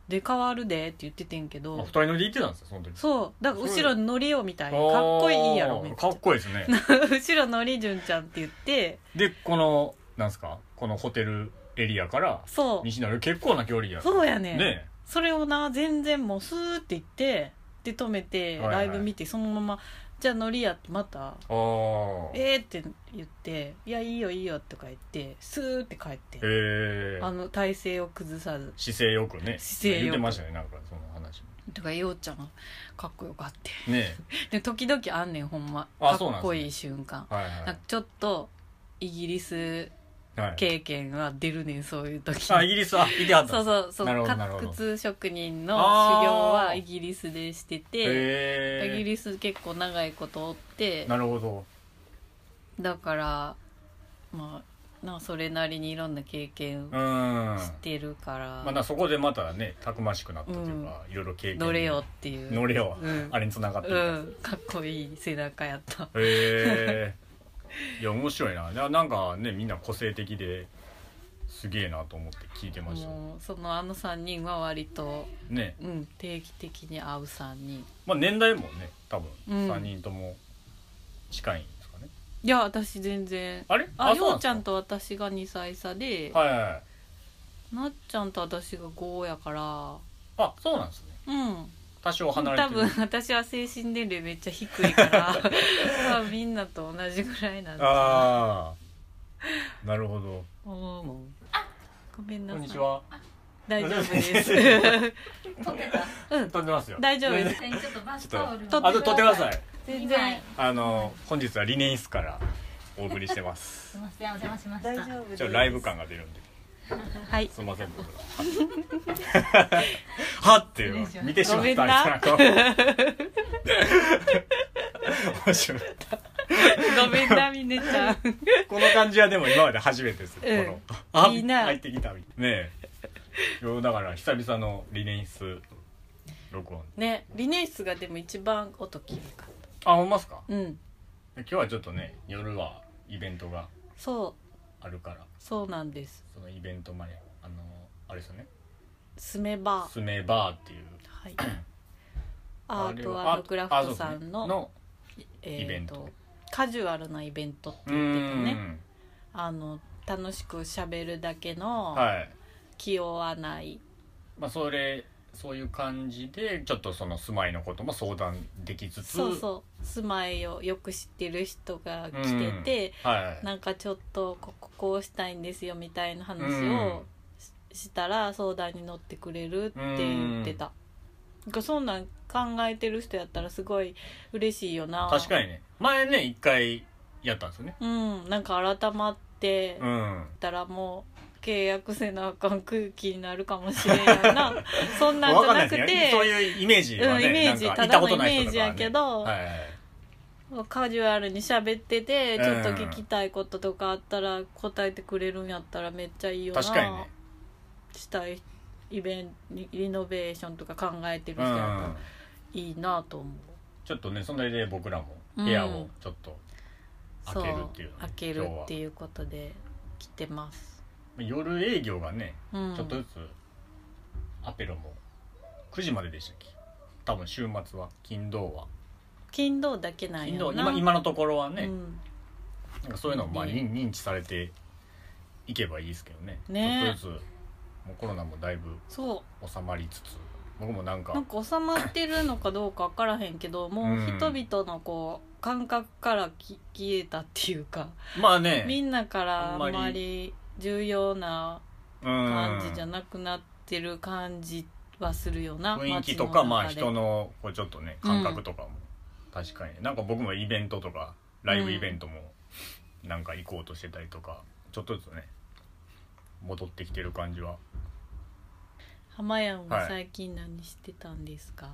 Speaker 2: い
Speaker 1: で変わるでって言っててんけ
Speaker 2: あ二
Speaker 1: ど
Speaker 2: 人乗り行ってたんですよその時
Speaker 1: そうだから後ろ乗りよみたいな
Speaker 2: あ
Speaker 1: かっ
Speaker 2: ー
Speaker 1: こいいやろみた
Speaker 2: か
Speaker 1: い
Speaker 2: っこいいですね
Speaker 1: な 後ろ乗り純ちゃんって言って
Speaker 2: でこのなんですかこのホテルエリアから
Speaker 1: そ
Speaker 2: 西成結構な距離や
Speaker 1: うそうやねん
Speaker 2: ね
Speaker 1: それをな全然もうスーって行ってで止めて
Speaker 2: はいは
Speaker 1: ラ
Speaker 2: い
Speaker 1: イブ見てそのまま「じゃあ乗りや」ってまた
Speaker 2: ああ
Speaker 1: 「え
Speaker 2: へ
Speaker 1: ー」って言って「いやいいよいいよ」とか言ってスーって帰って
Speaker 2: え
Speaker 1: あの体勢を崩さず
Speaker 2: 姿勢よくね
Speaker 1: 姿勢よく
Speaker 2: 言ってましたねなんかその話も
Speaker 1: とかようちゃんかっこよかって
Speaker 2: ね
Speaker 1: で時々あんねんほんまか
Speaker 2: あそうな
Speaker 1: っ
Speaker 2: んですね
Speaker 1: こいい瞬間
Speaker 2: はい
Speaker 1: なんかちょっとイギリス
Speaker 2: はい、はい、
Speaker 1: 経験が出るねんそういう時
Speaker 2: あイギリスあいてはった
Speaker 1: そう
Speaker 2: う
Speaker 1: そうそう
Speaker 2: なるほどなるほど
Speaker 1: 靴職人の修
Speaker 2: あー
Speaker 1: 行はイギリスでしててイギ
Speaker 2: へ
Speaker 1: リス結構長いことおって
Speaker 2: えなるほど
Speaker 1: だからまあなそれなりにいろんな経験
Speaker 2: うんま
Speaker 1: してるから、
Speaker 2: あ、だからそこでまたねたくましくなったというか、いろいろ経験
Speaker 1: 乗れよっていう
Speaker 2: 乗れよ、
Speaker 1: うん
Speaker 2: あれにつながってる
Speaker 1: うん、かっこいい背中やった
Speaker 2: へえいや面白いなななんかねみんな個性的ですげえなと思って聞いてました
Speaker 1: もうそのあの3人は割と、
Speaker 2: ね
Speaker 1: うん、定期的に会う3人
Speaker 2: まあ年代もね多分
Speaker 1: うん
Speaker 2: 3人とも近いんですかね、
Speaker 1: いや私全然
Speaker 2: あれ
Speaker 1: あ
Speaker 2: そう
Speaker 1: よ
Speaker 2: な
Speaker 1: うちゃん
Speaker 2: で
Speaker 1: と私が2歳差です
Speaker 2: かはいはいはい
Speaker 1: なっちゃんと私が5やから
Speaker 2: あそうなんですね
Speaker 1: うん
Speaker 2: 多少離れ
Speaker 1: 多
Speaker 2: てる
Speaker 1: 分私は精神年齢めっちゃ低いから まあみんなと同じぐらいなんだな
Speaker 2: ああなるほど
Speaker 1: 思うもんごめんな
Speaker 2: こ
Speaker 1: さい
Speaker 2: んにちは
Speaker 1: 大丈夫です
Speaker 3: 取ってた。
Speaker 1: うん
Speaker 2: 撮ってますよ
Speaker 1: 大丈夫です
Speaker 3: ちょっとバスタオル。
Speaker 1: ちょっ
Speaker 2: あと撮ってくださ。い
Speaker 1: 全然
Speaker 2: あの本日はリネイスからお送りしてます
Speaker 3: すみません、お邪魔しました。
Speaker 1: 夫で
Speaker 2: ちょっとライブ感が出るんで
Speaker 1: はい
Speaker 2: すみま せん僕はっっていう見てしま
Speaker 1: ご
Speaker 2: った
Speaker 1: めんな
Speaker 2: あいつら顔面白い
Speaker 1: ごめんなみねちゃん
Speaker 2: この感じはでも今まで初めてです、
Speaker 1: うん
Speaker 2: このあ
Speaker 1: いいな
Speaker 2: 入ってきたみたいなねえいやだから久々のリネイス録音
Speaker 1: ねリネイスがでも一番音きれかっ
Speaker 2: あほんまっすか
Speaker 1: たうん
Speaker 2: 今日はちょっとね夜はイベントが
Speaker 1: そう
Speaker 2: あるから
Speaker 1: そうなんです
Speaker 2: そのイベント前あのあれですよね
Speaker 1: スメバー
Speaker 2: スメバーっていう
Speaker 1: はいアー
Speaker 2: れ
Speaker 1: ト
Speaker 2: は
Speaker 1: クラ
Speaker 2: あ
Speaker 1: フト
Speaker 2: そうです
Speaker 1: さ
Speaker 2: ね
Speaker 1: んの
Speaker 2: の
Speaker 1: えー
Speaker 2: イベント
Speaker 1: カジュアルなイベントって
Speaker 2: う
Speaker 1: 言ってたね
Speaker 2: ん
Speaker 1: あの楽しくしゃべるだけの
Speaker 2: はい
Speaker 1: 気負わない、
Speaker 2: まあそれそういう感じでちょっとその住まいのことも相談できつつ
Speaker 1: そうそう住まいをよく知ってる人が来てて、
Speaker 2: はいはい
Speaker 1: なんかちょっとこここうしたいんですよみたいな話
Speaker 2: うん
Speaker 1: をし,、たら相談に乗ってくれるって言ってた、なんかそんなん考えてる人やったらすごい嬉しいよな
Speaker 2: 確か
Speaker 1: に
Speaker 2: にね前ね一回やったんですよね
Speaker 1: うんなんか改まって
Speaker 2: う
Speaker 1: っ
Speaker 2: ん
Speaker 1: たらもう契約せなあかん空気になるかもしれんや なそんなん
Speaker 2: わ
Speaker 1: じ
Speaker 2: か
Speaker 1: ゃ
Speaker 2: んない
Speaker 1: な
Speaker 2: で
Speaker 1: くて
Speaker 2: すねそういうイメージはね、
Speaker 1: うんイメージ
Speaker 2: なん
Speaker 1: た
Speaker 2: か行った
Speaker 1: だの
Speaker 2: こと
Speaker 1: イ
Speaker 2: ない
Speaker 1: メ
Speaker 2: 人
Speaker 1: ー
Speaker 2: だ
Speaker 1: ジ
Speaker 2: からね
Speaker 1: やけど、
Speaker 2: はいはいはい
Speaker 1: カジュアルに喋ってて
Speaker 2: うん
Speaker 1: ちょっと聞きたいこととかあったら答えてくれるんやったらめっちゃいいよな
Speaker 2: 確かにね
Speaker 1: したいイベントリノベーションとか考えてる
Speaker 2: う
Speaker 1: 人やったら
Speaker 2: ん
Speaker 1: いいなと思う
Speaker 2: ちょっとねそれで僕らも部屋をちょっと
Speaker 1: そ
Speaker 2: 開けるっていうね、
Speaker 1: 開けるって
Speaker 2: 今
Speaker 1: いうことで来てます、
Speaker 2: 日は夜営業がね
Speaker 1: うん、
Speaker 2: ちょっとずつアペロも9時まででしたっけ多分週末は金土は
Speaker 1: 金土だけなんや
Speaker 2: 金
Speaker 1: な
Speaker 2: 土今今のところはね、
Speaker 1: うん
Speaker 2: なんかそういうのもまあ
Speaker 1: ね
Speaker 2: 認認知されていけばいいですけどね
Speaker 1: ね
Speaker 2: ちょっとずつもうコロナもだいぶ
Speaker 1: そ
Speaker 2: 収まりつつ僕もなん
Speaker 1: う
Speaker 2: か
Speaker 1: なんか収まってるのかどうか分からへんけどもう
Speaker 2: うん
Speaker 1: 人々のこう感覚からき消えたっていうか
Speaker 2: まあね
Speaker 1: みんなからあ
Speaker 2: あん
Speaker 1: ん
Speaker 2: まり
Speaker 1: まり重要な
Speaker 2: 感
Speaker 1: 感じじゃなくなってる感じはするよな
Speaker 2: 雰囲気とか
Speaker 1: 街の中
Speaker 2: まあ
Speaker 1: で
Speaker 2: 人のこうちょっとね感覚とかも、確かになんか僕もイベントとかライブイベントもなんか行こうとしてたりとか、ちょっとずつね戻ってきてる感じは
Speaker 1: 浜やん
Speaker 2: は
Speaker 1: はい最近何してたんですか、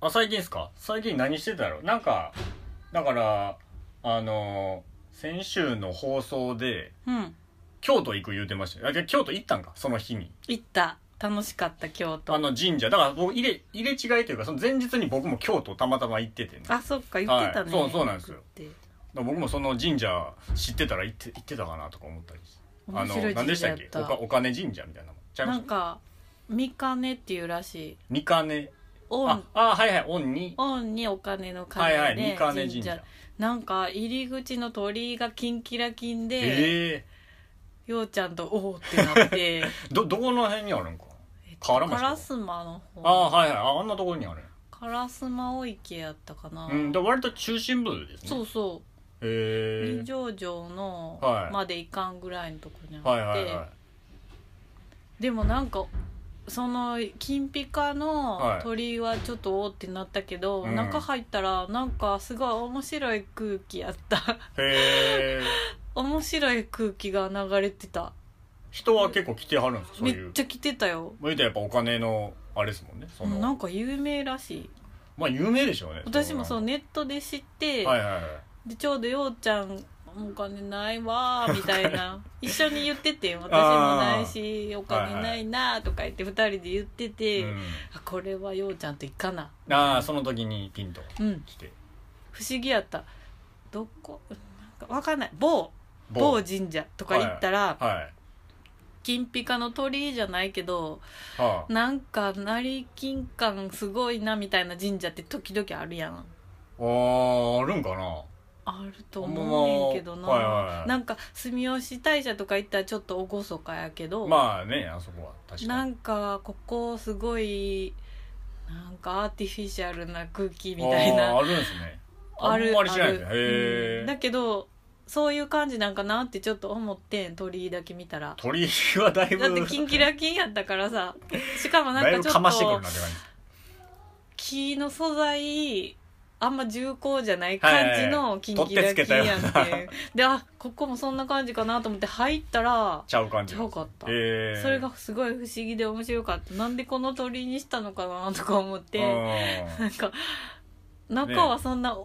Speaker 2: あ最近ですか最近何してたろうなんかだからあの先週の放送で
Speaker 1: うん
Speaker 2: 京都行く言うてましたよあじゃあ京都行ったんかその日に
Speaker 1: 行った楽しかった京都
Speaker 2: あ
Speaker 1: あ
Speaker 2: の神社だから僕入れ入れ違いというかその前日に僕も京都たまたま行っててね
Speaker 1: そっか言ってたね、
Speaker 2: はいそうそうなんですよ
Speaker 1: って
Speaker 2: だから僕もその神社知ってたら行って行ってたかなとか思ったりしてあ
Speaker 1: 面
Speaker 2: の
Speaker 1: 白い
Speaker 2: 何で
Speaker 1: 時
Speaker 2: し
Speaker 1: 期
Speaker 2: た
Speaker 1: や
Speaker 2: っ
Speaker 1: っ
Speaker 2: けお
Speaker 1: た
Speaker 2: かお金神社みたいなのちゃいま
Speaker 1: なん
Speaker 2: した
Speaker 1: か三金っていうらしい
Speaker 2: 三金
Speaker 1: オ
Speaker 2: あ
Speaker 1: ン
Speaker 2: あはいはい恩に
Speaker 1: オンにお金の金
Speaker 2: はい
Speaker 1: で、
Speaker 2: はい三金神社
Speaker 1: なんか入り口の鳥居がキンキラキンで、
Speaker 2: ええ
Speaker 1: ようちゃんとおおってなって
Speaker 2: どどこの辺にあるんか
Speaker 1: えっ
Speaker 2: カ
Speaker 1: と
Speaker 2: ラマシとか
Speaker 1: スマの方
Speaker 2: ああはいはいああんなところにある
Speaker 1: 烏丸池やったかな、
Speaker 2: うんで割と中心部ですね
Speaker 1: そうそ
Speaker 2: へ
Speaker 1: う
Speaker 2: え
Speaker 1: 二条城の
Speaker 2: はい
Speaker 1: まで行かんぐらいのとこにあって、
Speaker 2: はいはいは
Speaker 1: でもなんかその金ピカ
Speaker 2: は
Speaker 1: の
Speaker 2: い
Speaker 1: 鳥居はちょっとおーってなったけど、
Speaker 2: うん
Speaker 1: 中入ったらなんかすごい面白い空気やった
Speaker 2: いへえ
Speaker 1: 面白い空気が流れてた
Speaker 2: 人は結構来てはるんですかそう
Speaker 1: め
Speaker 2: いう
Speaker 1: っちゃ来てたよ
Speaker 2: まあ言うたらやっぱお金のあれですもんねその
Speaker 1: なんか有名らしい
Speaker 2: まあ有名でしょうね
Speaker 1: 私もそう
Speaker 2: ね
Speaker 1: ネットで知って、
Speaker 2: はいはいはい
Speaker 1: でちょうどようちゃんお金ないわーみたいな一緒に言ってて私も
Speaker 2: あー
Speaker 1: ないしお金ないなーとか言って2人で言ってて、
Speaker 2: うん
Speaker 1: あこれはようちゃんと行かな
Speaker 2: ああその時にピンと
Speaker 1: うん
Speaker 2: 来て
Speaker 1: 不思議やったどこなんかわかんない某某神社とか行ったら、
Speaker 2: はい
Speaker 1: 金ピカの鳥居じゃないけど
Speaker 2: はあ、
Speaker 1: なんか成金感すごいなみたいな神社って時々あるやん
Speaker 2: あーあるんかな
Speaker 1: あると思うねんけどな、
Speaker 2: はいはいはい
Speaker 1: なんか住吉大社とか行ったらちょっと厳かやけど、
Speaker 2: まあねあそこは確
Speaker 1: な
Speaker 2: かに
Speaker 1: んかここすごいなんかアーティフィシャルな空気みたい
Speaker 2: あー
Speaker 1: な
Speaker 2: あるんですねあん
Speaker 1: る
Speaker 2: まり知らないですね
Speaker 1: あ
Speaker 2: へ
Speaker 1: る
Speaker 2: え、
Speaker 1: うんだけどそういう感じなんかなってちょっと思ってん鳥居だけ見たら
Speaker 2: 鳥はだいぶ
Speaker 1: だってキンキラキンやったからさしかもなん
Speaker 2: だい
Speaker 1: か
Speaker 2: ぶ
Speaker 1: ちょ
Speaker 2: かましてく
Speaker 1: っ
Speaker 2: る
Speaker 1: と
Speaker 2: なって感じ
Speaker 1: 木の素材あんま重厚じゃない感じのキンキラキンやんっていう、
Speaker 2: 取ってつけたよ
Speaker 1: であここもそんな感じかなと思って入った ら
Speaker 2: ちゃう感じ
Speaker 1: ちゃうかった、
Speaker 2: えー、
Speaker 1: それがすごい不思議で面白かったなんでこの鳥にしたのかなとか思って、
Speaker 2: うん
Speaker 1: なんか中はそんな、うん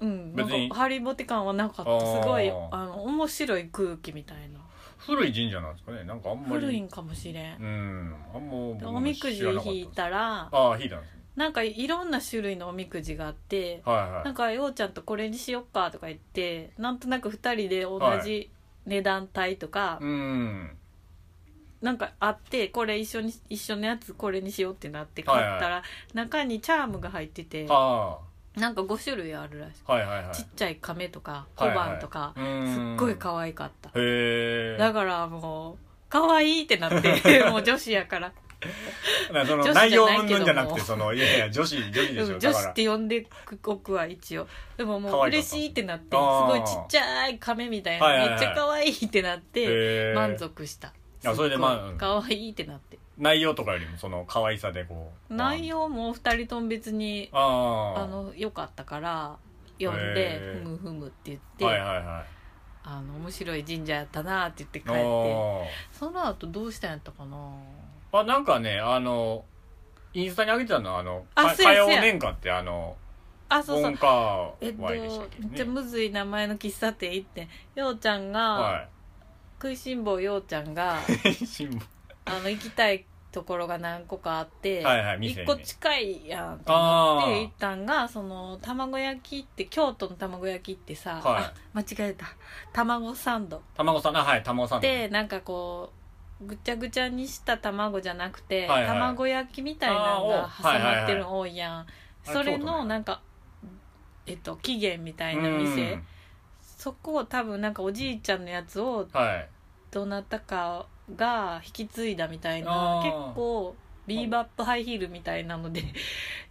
Speaker 1: なん
Speaker 2: 別に
Speaker 1: かハリボテ感はなかっ
Speaker 2: あ
Speaker 1: た
Speaker 2: ー
Speaker 1: すごいあの面白い空気みたいな
Speaker 2: 古い神社なんですかねなんかあんまり
Speaker 1: 古いんかもしれん
Speaker 2: う、んあんま僕
Speaker 1: で
Speaker 2: も
Speaker 1: おみく
Speaker 2: 知
Speaker 1: じ
Speaker 2: らなかった
Speaker 1: 引いたら
Speaker 2: ああ引いたんですね
Speaker 1: なんかいろんな種類のおみくじがあって、
Speaker 2: はいはい
Speaker 1: なんかようちゃんとこれにしよっかとか言ってなんとなく2人で同じ値段帯とか、
Speaker 2: うん
Speaker 1: なんかあってこれ一緒に一緒のやつこれにしようってなって買ったら、
Speaker 2: はい
Speaker 1: 中にチャームが入ってて
Speaker 2: あ
Speaker 1: なんか5種類あるらしい、
Speaker 2: あはいはいはい
Speaker 1: ちっちゃい亀とか小判とか、
Speaker 2: はいはい
Speaker 1: すっごい
Speaker 2: うん
Speaker 1: 可愛かった、
Speaker 2: へえ
Speaker 1: だからもう可愛いってなって もう女子やから
Speaker 2: なその
Speaker 1: 女子じゃないけど
Speaker 2: 内容
Speaker 1: も
Speaker 2: うんぬんじゃなくてそのいやいや女子女子でし
Speaker 1: う
Speaker 2: ょ
Speaker 1: ん女子
Speaker 2: だか
Speaker 1: っ
Speaker 2: ら
Speaker 1: て呼んでおくは一応でも
Speaker 2: 可
Speaker 1: もう
Speaker 2: 愛かった
Speaker 1: 嬉しいってなってす
Speaker 2: あ
Speaker 1: ご
Speaker 2: ー
Speaker 1: いちっちゃい亀みたいな、
Speaker 2: はいはいはい
Speaker 1: めっちゃ可愛いってなって
Speaker 2: へー
Speaker 1: 満足した
Speaker 2: いやそれでまあ
Speaker 1: すっごい
Speaker 2: うん
Speaker 1: 可愛いってなって
Speaker 2: 内容とかよりもその可愛さでこう
Speaker 1: 内容も2人とも別に
Speaker 2: ああ
Speaker 1: あの良かったから読んで
Speaker 2: へ
Speaker 1: 「
Speaker 2: ー
Speaker 1: ふむふむ」って言って、
Speaker 2: はいはいはい
Speaker 1: あの面白い神社やったなって言って帰って
Speaker 2: あ
Speaker 1: その後どうしたんやったかな
Speaker 2: ああなんかねあのインスタに上げてたのあの
Speaker 1: あ
Speaker 2: か
Speaker 1: そうやそ
Speaker 2: 火曜
Speaker 1: うや
Speaker 2: 年間ってあの
Speaker 1: あそうそ
Speaker 2: 文
Speaker 1: う
Speaker 2: 化
Speaker 1: えっと、
Speaker 2: 会でしたっ
Speaker 1: めっ
Speaker 2: け
Speaker 1: ちゃ
Speaker 2: ね
Speaker 1: むずい名前の喫茶店行ってようちゃんが、
Speaker 2: は
Speaker 1: 食いしん坊ようちゃん が
Speaker 2: い新聞
Speaker 1: あの行きたいところが何個かあって、
Speaker 2: はいはい店に
Speaker 1: 1個近いやんと
Speaker 2: あ
Speaker 1: 思って
Speaker 2: ー
Speaker 1: 行ったんがその卵焼きって京都の卵焼きってさ、
Speaker 2: はい
Speaker 1: あ間違えた卵サンド
Speaker 2: 卵さんあはい卵さん
Speaker 1: でなんかこうぐちゃぐちゃにした卵じゃなくて、
Speaker 2: はいはい
Speaker 1: 卵焼きみたいなのが
Speaker 2: あー
Speaker 1: 挟
Speaker 2: おはいはいはい
Speaker 1: まってるの多いやん、
Speaker 2: あれ
Speaker 1: それ
Speaker 2: 京都
Speaker 1: の
Speaker 2: ね
Speaker 1: なんかえっと起源みたいな店、
Speaker 2: うん
Speaker 1: そこを多分なんかおじいちゃんのやつを
Speaker 2: はい
Speaker 1: どなたかが引き継いだみたいな
Speaker 2: あー
Speaker 1: 結構ビーバップハイヒールみたいなので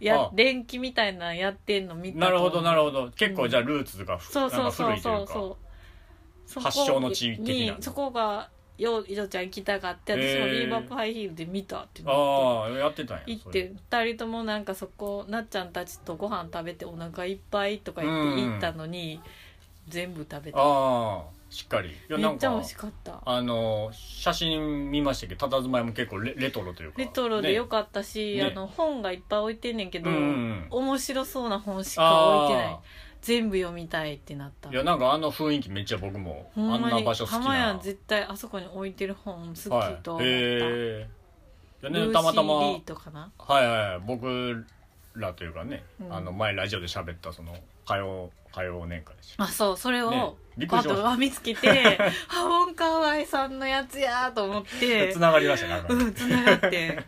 Speaker 1: や
Speaker 2: あ
Speaker 1: 電気みたいなのやってんの見た
Speaker 2: なるほどなる
Speaker 1: ほど
Speaker 2: ほど結構じゃあルーツがふ
Speaker 1: そうそうそう
Speaker 2: な
Speaker 1: そ
Speaker 2: ん
Speaker 1: う
Speaker 2: か古いというか
Speaker 1: そうそこ
Speaker 2: 発祥の地的な
Speaker 1: にそこがよういろちゃん行きたがって私も
Speaker 2: へー
Speaker 1: ビーバップハイヒールで見たってなって
Speaker 2: ああやってたんや
Speaker 1: 行っ
Speaker 2: それ
Speaker 1: て2人ともなんかそこなっちゃんたちとご飯食べてお腹いっぱいとか言って
Speaker 2: うん
Speaker 1: 行ったのに全部食べた
Speaker 2: ああしっかりいや
Speaker 1: め
Speaker 2: なん
Speaker 1: っちゃ美
Speaker 2: か
Speaker 1: 味しかった
Speaker 2: あの写真見ましたけど佇まいも結構レレトロというか
Speaker 1: レトロでよ
Speaker 2: く
Speaker 1: かったし、あ
Speaker 2: ね
Speaker 1: の本がいっぱい置いてんねんけど、
Speaker 2: うんうん
Speaker 1: 面白そうな本しか
Speaker 2: あ
Speaker 1: 置いてない
Speaker 2: あ
Speaker 1: 全部読みたいってなった
Speaker 2: いやなんかあの雰囲気めっちゃ僕もあ
Speaker 1: ほん
Speaker 2: ん
Speaker 1: ま
Speaker 2: な
Speaker 1: に
Speaker 2: 場所好きな
Speaker 1: 浜やん絶対あそこに置いてる本好きと思った、
Speaker 2: はい、へえ
Speaker 1: ルーシ
Speaker 2: ね
Speaker 1: ー
Speaker 2: たまたま
Speaker 1: リ
Speaker 2: は
Speaker 1: ー
Speaker 2: い
Speaker 1: とかな
Speaker 2: はい僕らというかね、
Speaker 1: うん
Speaker 2: あの前ラジオで喋ったその火曜火曜年間でした
Speaker 1: あそうそれを、
Speaker 2: ねびっく
Speaker 1: パッ
Speaker 2: りしま
Speaker 1: と
Speaker 2: し
Speaker 1: あ見つけ てあウォンカーワイさんのやつやと思ったて
Speaker 2: つながりましたなん か、
Speaker 1: うんつながって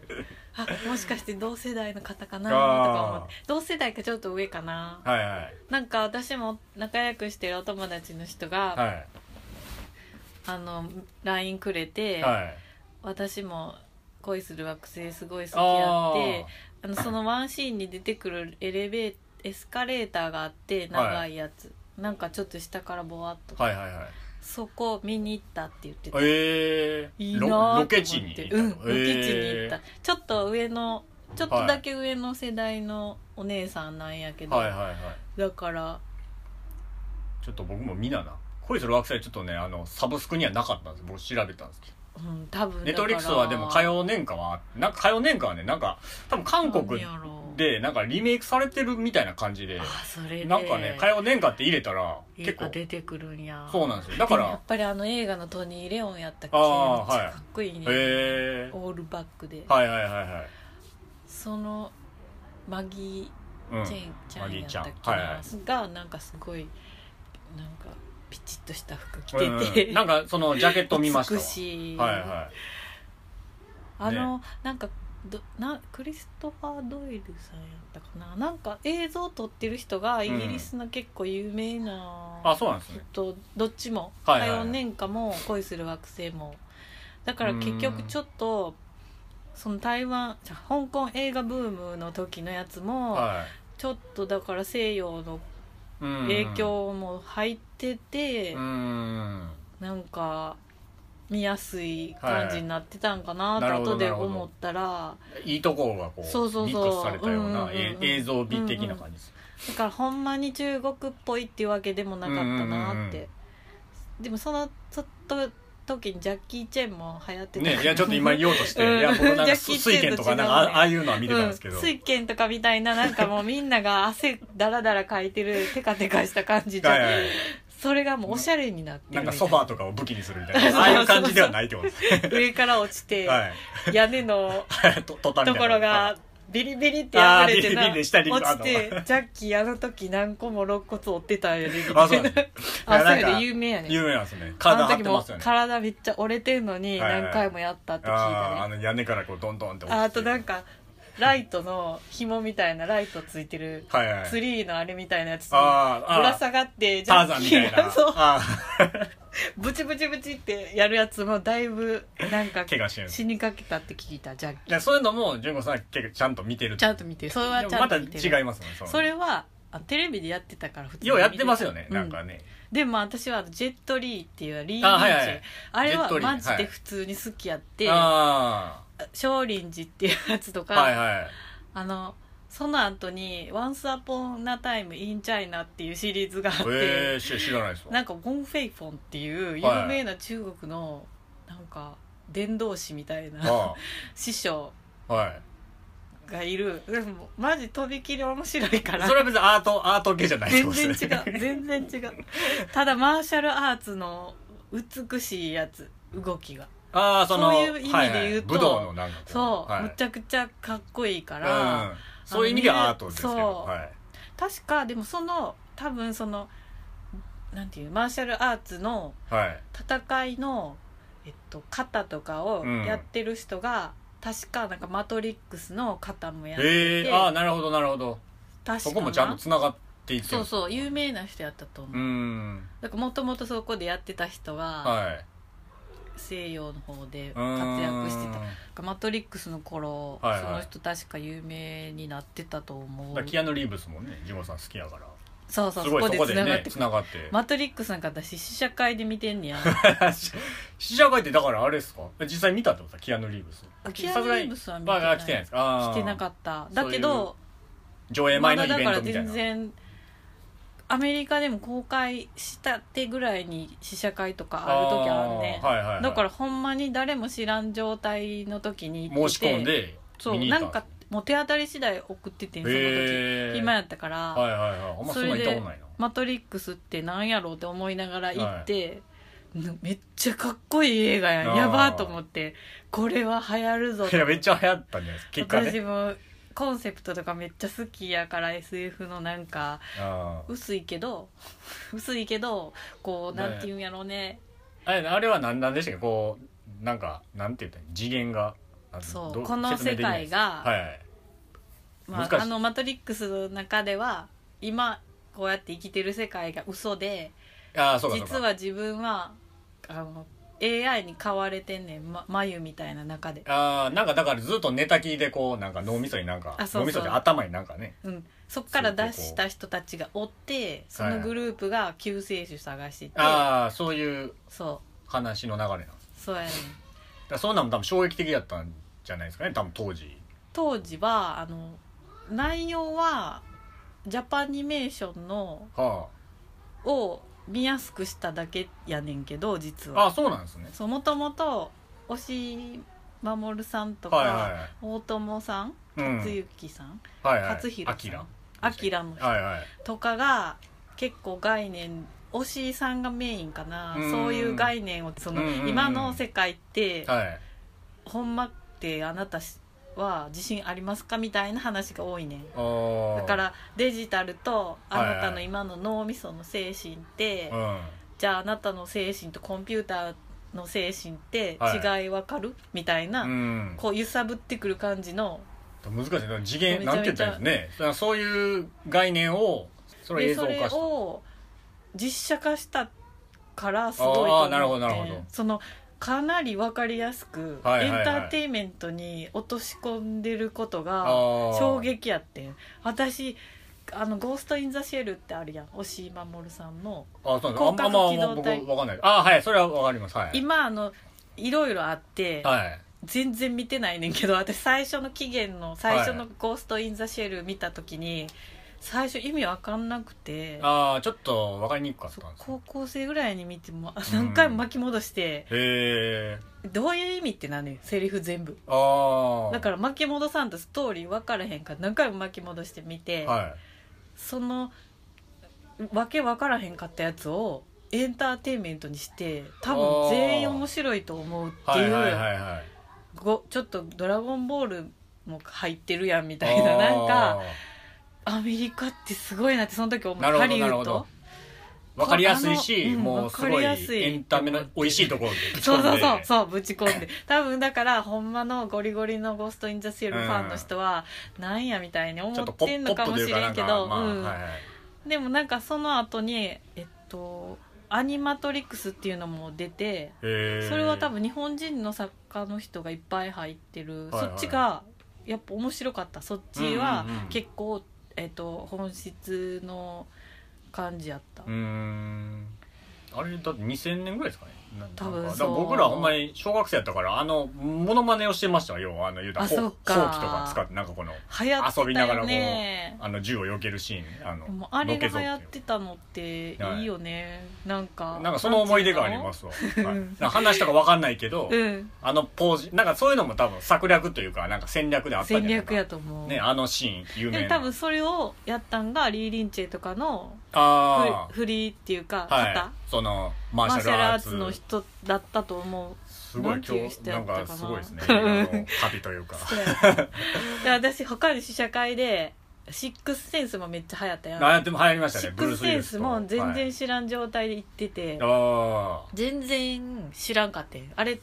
Speaker 1: あもしかして同世代の方かなとか思って同世代かちょっと上かな
Speaker 2: はいはい
Speaker 1: なんか私も仲良くしてるお友達の人が、
Speaker 2: は
Speaker 1: あの LINE くれて、
Speaker 2: いはい
Speaker 1: 私も恋する惑星すごい好きやって
Speaker 2: ー
Speaker 1: あのそのワンシーンに出てくるエレベーエスカレーターがあって長いやつ、なんかちょっと下からボワっと、
Speaker 2: はいはいはい
Speaker 1: そこを見に行ったって言ってた
Speaker 2: ええ
Speaker 1: いいなーと
Speaker 2: ロ
Speaker 1: 思
Speaker 2: ロ
Speaker 1: って
Speaker 2: ケ地に行った
Speaker 1: うん
Speaker 2: の
Speaker 1: ロケ地に行った、
Speaker 2: へ
Speaker 1: ちょっと上のちょっとだけ上の世代のお姉さんなんやけ
Speaker 2: ー
Speaker 1: ど、
Speaker 2: はいはいはい
Speaker 1: だから
Speaker 2: ちょっと僕も見なな恋する惑星はちょっとねあのサブスクにはなかったんです僕調べたんですけど
Speaker 1: うん多分
Speaker 2: ネットフリックスはでも火曜年間はなんか火曜年間はねなんか多分韓国
Speaker 1: で
Speaker 2: でなんかリメイクされてるみたいな感じで
Speaker 1: あそれで
Speaker 2: なんかね火曜年間って入れたら結構
Speaker 1: あ出てくるんや
Speaker 2: そうなんですよだか
Speaker 1: でもやっ
Speaker 2: ら
Speaker 1: ぱりあの映画のトニー・レオンやったっけめっ
Speaker 2: あー
Speaker 1: ち
Speaker 2: は
Speaker 1: ゃ
Speaker 2: い
Speaker 1: かっこいいね、
Speaker 2: へえ
Speaker 1: オールバックで、
Speaker 2: はいはいはいはい
Speaker 1: そのマギ
Speaker 2: うん
Speaker 1: ー・チェン、ちゃ
Speaker 2: マ
Speaker 1: ん
Speaker 2: ギ
Speaker 1: や
Speaker 2: ー
Speaker 1: っ
Speaker 2: ち
Speaker 1: た
Speaker 2: ゃ
Speaker 1: っ
Speaker 2: ん
Speaker 1: けな、
Speaker 2: はいはい
Speaker 1: がなんかすごいなんかピチッとした服着
Speaker 2: うん
Speaker 1: てて、
Speaker 2: うんなんかそのジャケット見ましたわ
Speaker 1: 美しい、
Speaker 2: はいは
Speaker 1: あのなんかどなクリストファー・ドイルさんやったかななんか映像撮ってる人がイギリスの結構有名な、
Speaker 2: いあそうなんですね
Speaker 1: とどっちも
Speaker 2: はいはいはい
Speaker 1: 火曜年間も恋する惑星もだから結局ちょっとその台湾じゃ香港映画ブームの時のやつも
Speaker 2: は
Speaker 1: ちょっとだから西洋の
Speaker 2: いうん
Speaker 1: 影響も入ってて
Speaker 2: うん
Speaker 1: なんか見やすい感じになってたんかな
Speaker 2: はい
Speaker 1: と後で
Speaker 2: なるほど
Speaker 1: 思ったら
Speaker 2: いいとこがこう
Speaker 1: そうそうそう
Speaker 2: ミックスされたよう
Speaker 1: うんうんう
Speaker 2: なんえ映像美的な感じです、
Speaker 1: だからほんまに中国っぽいっていうわけでもなかったなって、
Speaker 2: うんうんうんうん
Speaker 1: でもそのちょっと時にジャッキー・チェンも流行ってた
Speaker 2: ねいやち ょっと今言おうとして、
Speaker 1: うん
Speaker 2: いや僕な
Speaker 1: ジ
Speaker 2: ん
Speaker 1: ャ
Speaker 2: か
Speaker 1: ッキー
Speaker 2: 水拳とかなんかあああいうのは見てたんですけど、
Speaker 1: うん、水拳とかみたいななんかもうみんなが汗だらだらかいてるテカテカした感じじゃん
Speaker 2: はいはいはい
Speaker 1: それがもうおしゃれになって
Speaker 2: な
Speaker 1: るみたいな
Speaker 2: んかソファーとかを武器にするみたいなああいう感じではないってことですね
Speaker 1: 上から落ちて、
Speaker 2: はい
Speaker 1: 屋根の
Speaker 2: ととたみ
Speaker 1: と
Speaker 2: たいな
Speaker 1: ころがビリビリって破れて
Speaker 2: あービリ
Speaker 1: な
Speaker 2: ビリ
Speaker 1: 落
Speaker 2: で
Speaker 1: ち
Speaker 2: 下
Speaker 1: て
Speaker 2: に
Speaker 1: ジ
Speaker 2: あの
Speaker 1: ャッキーあの時何個も肋骨折ってたんやでみ
Speaker 2: あ
Speaker 1: た
Speaker 2: そう
Speaker 1: い
Speaker 2: なん
Speaker 1: な
Speaker 2: です
Speaker 1: あ
Speaker 2: い
Speaker 1: そう
Speaker 2: やなんか
Speaker 1: やで有名やね
Speaker 2: 有名なんですね
Speaker 1: あ
Speaker 2: 体
Speaker 1: の
Speaker 2: 張っ
Speaker 1: 時
Speaker 2: てま
Speaker 1: も
Speaker 2: すよね
Speaker 1: 体めっちゃ折れてんのに
Speaker 2: はいはい
Speaker 1: 何回もやったって聞い
Speaker 2: ああーあ
Speaker 1: たね
Speaker 2: の屋根からこうどんどんって落ちて
Speaker 1: ああとなんかライトの紐みたいなライトついてる
Speaker 2: はいはい
Speaker 1: ツリーのあれみたいなやつに
Speaker 2: あーあー
Speaker 1: ぶら下がってジ
Speaker 2: ター
Speaker 1: ャ
Speaker 2: ザ
Speaker 1: ッ
Speaker 2: ンみ
Speaker 1: キ
Speaker 2: たい
Speaker 1: ー
Speaker 2: な
Speaker 1: が そう
Speaker 2: あ
Speaker 1: ブチブチブチってやるやつもだいぶなんか
Speaker 2: 怪我してる
Speaker 1: 死にかけたって聞いたジャッキー
Speaker 2: ーでそういうのも純子さんは結構ちゃんと見てる
Speaker 1: ちゃんと見てるそれは
Speaker 2: で
Speaker 1: ち
Speaker 2: も
Speaker 1: ゃ
Speaker 2: ま
Speaker 1: ん
Speaker 2: た
Speaker 1: と見てる
Speaker 2: 違いますもんね
Speaker 1: それはあテレビでやってたから普通に
Speaker 2: ようやってますよね、
Speaker 1: うん
Speaker 2: なんかね
Speaker 1: でも私はジェットリーっていうリー・リーチ
Speaker 2: あ
Speaker 1: あ,、
Speaker 2: はいはい
Speaker 1: れ
Speaker 2: ジェット
Speaker 1: は
Speaker 2: リー
Speaker 1: マジで普通に好きやって、
Speaker 2: あ
Speaker 1: 少林寺っていうやつと
Speaker 2: あ
Speaker 1: か、
Speaker 2: はいはい
Speaker 1: あのその後に「Once Upon a Time in China」っていうシリーズがあって、
Speaker 2: えー、し知らないですわ
Speaker 1: なんかゴン・フェイフォンっていう
Speaker 2: はい
Speaker 1: 有名な中国のなんか伝道師みたいな、
Speaker 2: あ
Speaker 1: 師匠
Speaker 2: あはい
Speaker 1: がいるでもマジとびきり面白いから
Speaker 2: それは別にアートアート系じゃないって
Speaker 1: 全
Speaker 2: こと
Speaker 1: 然違
Speaker 2: ですね
Speaker 1: う全然違うただマーシャルアーツの美しいやつ動きが
Speaker 2: ああその
Speaker 1: そういう意味で言うと
Speaker 2: はいはい武道のなんかこ
Speaker 1: そう、
Speaker 2: はい
Speaker 1: むちゃくちゃかっこいいか
Speaker 2: う
Speaker 1: ら、
Speaker 2: ん、そういう意味ではアートですけど、
Speaker 1: そう
Speaker 2: はい、
Speaker 1: 確かでもその多分そのなんていうマーシャルアーツの
Speaker 2: はい、
Speaker 1: 戦いの、えっと、型とかを
Speaker 2: うん
Speaker 1: やってる人が、確かなんか「マトリックス」の型もやってて、
Speaker 2: ええー、ああなるほどなるほど
Speaker 1: 確か
Speaker 2: そこもちゃんとつながっていって
Speaker 1: そうそう有
Speaker 2: う
Speaker 1: 名な人やったと思う、
Speaker 2: うん
Speaker 1: だからもともとそこでやってた人が
Speaker 2: はい
Speaker 1: 西洋の方で活
Speaker 2: うーん
Speaker 1: 躍してたマトリックスの頃、
Speaker 2: はいはい
Speaker 1: その人確か有名になってたと思
Speaker 2: だ
Speaker 1: う
Speaker 2: からキアヌ・リーブスもねジモさん好きやから
Speaker 1: そうそう
Speaker 2: す
Speaker 1: そ
Speaker 2: ごい
Speaker 1: こ
Speaker 2: そ
Speaker 1: で
Speaker 2: こ
Speaker 1: つ
Speaker 2: で
Speaker 1: ながっ
Speaker 2: ね
Speaker 1: てく
Speaker 2: つ
Speaker 1: る、
Speaker 2: ながって
Speaker 1: マトリックスなんか私試写会で見てんねや
Speaker 2: 試写会ってだからあれですか実際見たってこと ですかキアヌ・リーブス
Speaker 1: キアヌ・リーブスは見て
Speaker 2: バー
Speaker 1: な
Speaker 2: ガ
Speaker 1: い
Speaker 2: ー来てないですかあー
Speaker 1: 来てなかった
Speaker 2: そう
Speaker 1: だ
Speaker 2: いう
Speaker 1: けど
Speaker 2: 上映
Speaker 1: ま
Speaker 2: 前の
Speaker 1: だ
Speaker 2: イベン
Speaker 1: だから
Speaker 2: トみたい
Speaker 1: 全
Speaker 2: な、
Speaker 1: 然アメリカでも公開したってぐらいに試写会とかある時あんね
Speaker 2: あーはいはいはい
Speaker 1: だからほんまに誰も知らん状態の時に行
Speaker 2: 申
Speaker 1: っ
Speaker 2: して
Speaker 1: て
Speaker 2: 込んで
Speaker 1: そ
Speaker 2: 見
Speaker 1: う
Speaker 2: に行
Speaker 1: な
Speaker 2: った
Speaker 1: んかもう手当たり次第送っててんその時
Speaker 2: へえ
Speaker 1: 暇やったから、
Speaker 2: はいはいはいあんまそんな行ったことないな
Speaker 1: マトリックスってなんやろうって思いながら行って、ぬめっちゃかっこいい映画やん
Speaker 2: あー
Speaker 1: やばーと思ってこれは流行るぞ
Speaker 2: いやめっちゃ流行ったんじゃないですか結果
Speaker 1: 私
Speaker 2: ね
Speaker 1: もコンセプトとかめっちゃ好きやから SF のなんか
Speaker 2: あー
Speaker 1: 薄いけど 薄いけどこうなんていうんやろうね
Speaker 2: あれあれは何なんでしたっけこうなんかなんて言ったらいい次元がなん
Speaker 1: そう
Speaker 2: ど
Speaker 1: この
Speaker 2: 説明できないです
Speaker 1: 世界が
Speaker 2: はいはい
Speaker 1: ま
Speaker 2: 難
Speaker 1: あ、
Speaker 2: しい
Speaker 1: あの「マトリックス」の中では今こうやって生きてる世界が嘘で
Speaker 2: ああそうかそうか
Speaker 1: 実は自分はあの AI に買われてんねん、ま、眉みたいな中で、
Speaker 2: ああなんかだからずっと寝たきりでこうなんか脳みそになんか
Speaker 1: あそうそう
Speaker 2: 脳みそで頭になんかね
Speaker 1: うん、そっから出した人たちがおってそのグループが救世主探してて、
Speaker 2: ああそういう
Speaker 1: そ
Speaker 2: 話の流れなんです
Speaker 1: うそうやねん
Speaker 2: だからそういうのも多分衝撃的だったんじゃないですかね多分当時
Speaker 1: 当時はあの内容はジャパニメーションの
Speaker 2: は
Speaker 1: を見やすくしただけやねんけど実
Speaker 2: ああ
Speaker 1: は
Speaker 2: あそうなんですね
Speaker 1: そうもともと押守さんとか、
Speaker 2: はいはいはい
Speaker 1: 大友さん
Speaker 2: うん
Speaker 1: つゆきさん
Speaker 2: はいはい
Speaker 1: 勝弘
Speaker 2: あ
Speaker 1: さ
Speaker 2: きら
Speaker 1: んあきらの人
Speaker 2: はいはい
Speaker 1: とかが結構概念推しさんがメインかな
Speaker 2: うん
Speaker 1: そういう概念をその
Speaker 2: うんうんうん
Speaker 1: 今の世界って
Speaker 2: はい
Speaker 1: ほんまってあなたは自信ありますかみたいな話が多いねん
Speaker 2: あー
Speaker 1: だからデジタルとあなた
Speaker 2: はいは
Speaker 1: の
Speaker 2: い
Speaker 1: 今の脳みその精神って、
Speaker 2: うん
Speaker 1: じゃああなたの精神とコンピューターの精神って
Speaker 2: は
Speaker 1: 違いわかる、みたいな、
Speaker 2: うん
Speaker 1: こう揺さぶってくる感じの
Speaker 2: 難しいな次
Speaker 1: め
Speaker 2: 元
Speaker 1: ち
Speaker 2: な
Speaker 1: ゃ
Speaker 2: ん
Speaker 1: め
Speaker 2: て言っ
Speaker 1: ちゃ
Speaker 2: たらいいんですねだからそういう概念をそれを
Speaker 1: で
Speaker 2: 映像
Speaker 1: そ
Speaker 2: 化
Speaker 1: れ
Speaker 2: した
Speaker 1: を実写化したからすごいと思
Speaker 2: あー
Speaker 1: って
Speaker 2: なるほどなるほど
Speaker 1: そのかなりわかりやすく、
Speaker 2: はいはいはい
Speaker 1: エンターテインメントに落とし込んでることが
Speaker 2: あー
Speaker 1: 衝撃やってん私あの「ゴースト・イン・ザ・シェル」ってあるやん押井守さんの
Speaker 2: あそうなんですあんまあんま
Speaker 1: 広角機動隊
Speaker 2: 僕わかんないあーはいそれはわかりますはい
Speaker 1: 今あのいろいろあって、
Speaker 2: はい
Speaker 1: 全然見てないねんけど私最初の期限の最初の「ゴースト・イン・ザ・シェル」見た時に最初意味わかんなくて
Speaker 2: ああちょっと分かりにくかっ
Speaker 1: そう
Speaker 2: たんですね
Speaker 1: 高校生ぐらいに見てもあ
Speaker 2: ん
Speaker 1: 何回も巻き戻して、
Speaker 2: へえ
Speaker 1: どういう意味ってなのよセリフ全部
Speaker 2: ああ
Speaker 1: だから巻き戻さんとストーリー分からへんから何回も巻き戻して見て、
Speaker 2: は
Speaker 1: そのわけ分からへんかったやつをエンターテインメントにして多分全員面白いと思うっ
Speaker 2: い
Speaker 1: て、
Speaker 2: はいいうはいはいはい
Speaker 1: ごちょっと「ドラゴンボール」も入ってるやんみたいななんかアメリカってすごいなってその時思う
Speaker 2: なるほど
Speaker 1: ハリウ
Speaker 2: なる
Speaker 1: ッ
Speaker 2: ほ
Speaker 1: ド
Speaker 2: ど分かりやすいし、
Speaker 1: あのうん
Speaker 2: もうすご
Speaker 1: わか
Speaker 2: い
Speaker 1: りやすい
Speaker 2: エンタメの美味しいところで
Speaker 1: そうそうそうそうぶち込んで多分だからほんまのゴリゴリの「ゴースト・イン・ザ・シェル」ファンの人はなんやみたいに思
Speaker 2: ちょっと
Speaker 1: っ
Speaker 2: ポ
Speaker 1: てん
Speaker 2: ッ
Speaker 1: の
Speaker 2: ポッ
Speaker 1: か
Speaker 2: プ
Speaker 1: も
Speaker 2: とい
Speaker 1: し
Speaker 2: うか
Speaker 1: れ
Speaker 2: なんん
Speaker 1: け
Speaker 2: か
Speaker 1: ど
Speaker 2: まあ
Speaker 1: うん
Speaker 2: はいはい
Speaker 1: でもなんかその後にえっと「アニマトリックス」っていうのも出て
Speaker 2: へー
Speaker 1: それは多分日本人の作家の人がいっぱい入ってる、
Speaker 2: はいはい
Speaker 1: そっちがやっぱ面白かったそっちは
Speaker 2: うんうんうん
Speaker 1: 結構、えっと本質の感じやった、
Speaker 2: うーんあれだって2000年ぐらいですかねなん
Speaker 1: 多分
Speaker 2: なんか
Speaker 1: そう
Speaker 2: だから僕らほんまに小学生やったからあのモノマネをしてましたよ要はあの言うたら
Speaker 1: あ
Speaker 2: ほう
Speaker 1: そ
Speaker 2: ほ
Speaker 1: っ
Speaker 2: うきと
Speaker 1: か
Speaker 2: か使ってなんかこの
Speaker 1: 流行ってたよね
Speaker 2: 遊びながらもあの銃を避けるシーンあの
Speaker 1: でもあれ
Speaker 2: のけ
Speaker 1: が
Speaker 2: ぞ
Speaker 1: 流行って
Speaker 2: い
Speaker 1: てたのっていいよね、なんか
Speaker 2: うなんかその思い出があります すわ、はい、なんか話とかわかんないけど、
Speaker 1: うん
Speaker 2: あのポーズなんかそういうのも多分策略というかなんか戦略であったじゃ
Speaker 1: 戦
Speaker 2: ないですか
Speaker 1: 略やと思う、
Speaker 2: ねあのシーン有名
Speaker 1: で
Speaker 2: な
Speaker 1: 多分それをやったんがリー・リンチェとかの
Speaker 2: あ
Speaker 1: フリフリーっていうか
Speaker 2: あは
Speaker 1: 方、
Speaker 2: いそのマ
Speaker 1: マ
Speaker 2: ー
Speaker 1: ー
Speaker 2: シ
Speaker 1: シャ
Speaker 2: ャル
Speaker 1: ル
Speaker 2: ア
Speaker 1: ア
Speaker 2: ー
Speaker 1: ー
Speaker 2: ツ
Speaker 1: ツの人だったと思う
Speaker 2: すごい
Speaker 1: なんていう
Speaker 2: 今日
Speaker 1: 人
Speaker 2: な
Speaker 1: やっ
Speaker 2: ん
Speaker 1: たかな
Speaker 2: かすごいですね
Speaker 1: うん
Speaker 2: あの旅とい うか
Speaker 1: そうや で私他に試写会で「シックスセンス」もめっちゃ流行ったやん
Speaker 2: あでも流行りました
Speaker 1: シ
Speaker 2: ね
Speaker 1: ッ
Speaker 2: ブ
Speaker 1: ク
Speaker 2: ルー
Speaker 1: ス
Speaker 2: ス・ウィ
Speaker 1: セン
Speaker 2: ルス
Speaker 1: ス
Speaker 2: と
Speaker 1: も全
Speaker 2: はい
Speaker 1: 然知らん状態で行ってて、
Speaker 2: あ
Speaker 1: 全然知らんかってんあれ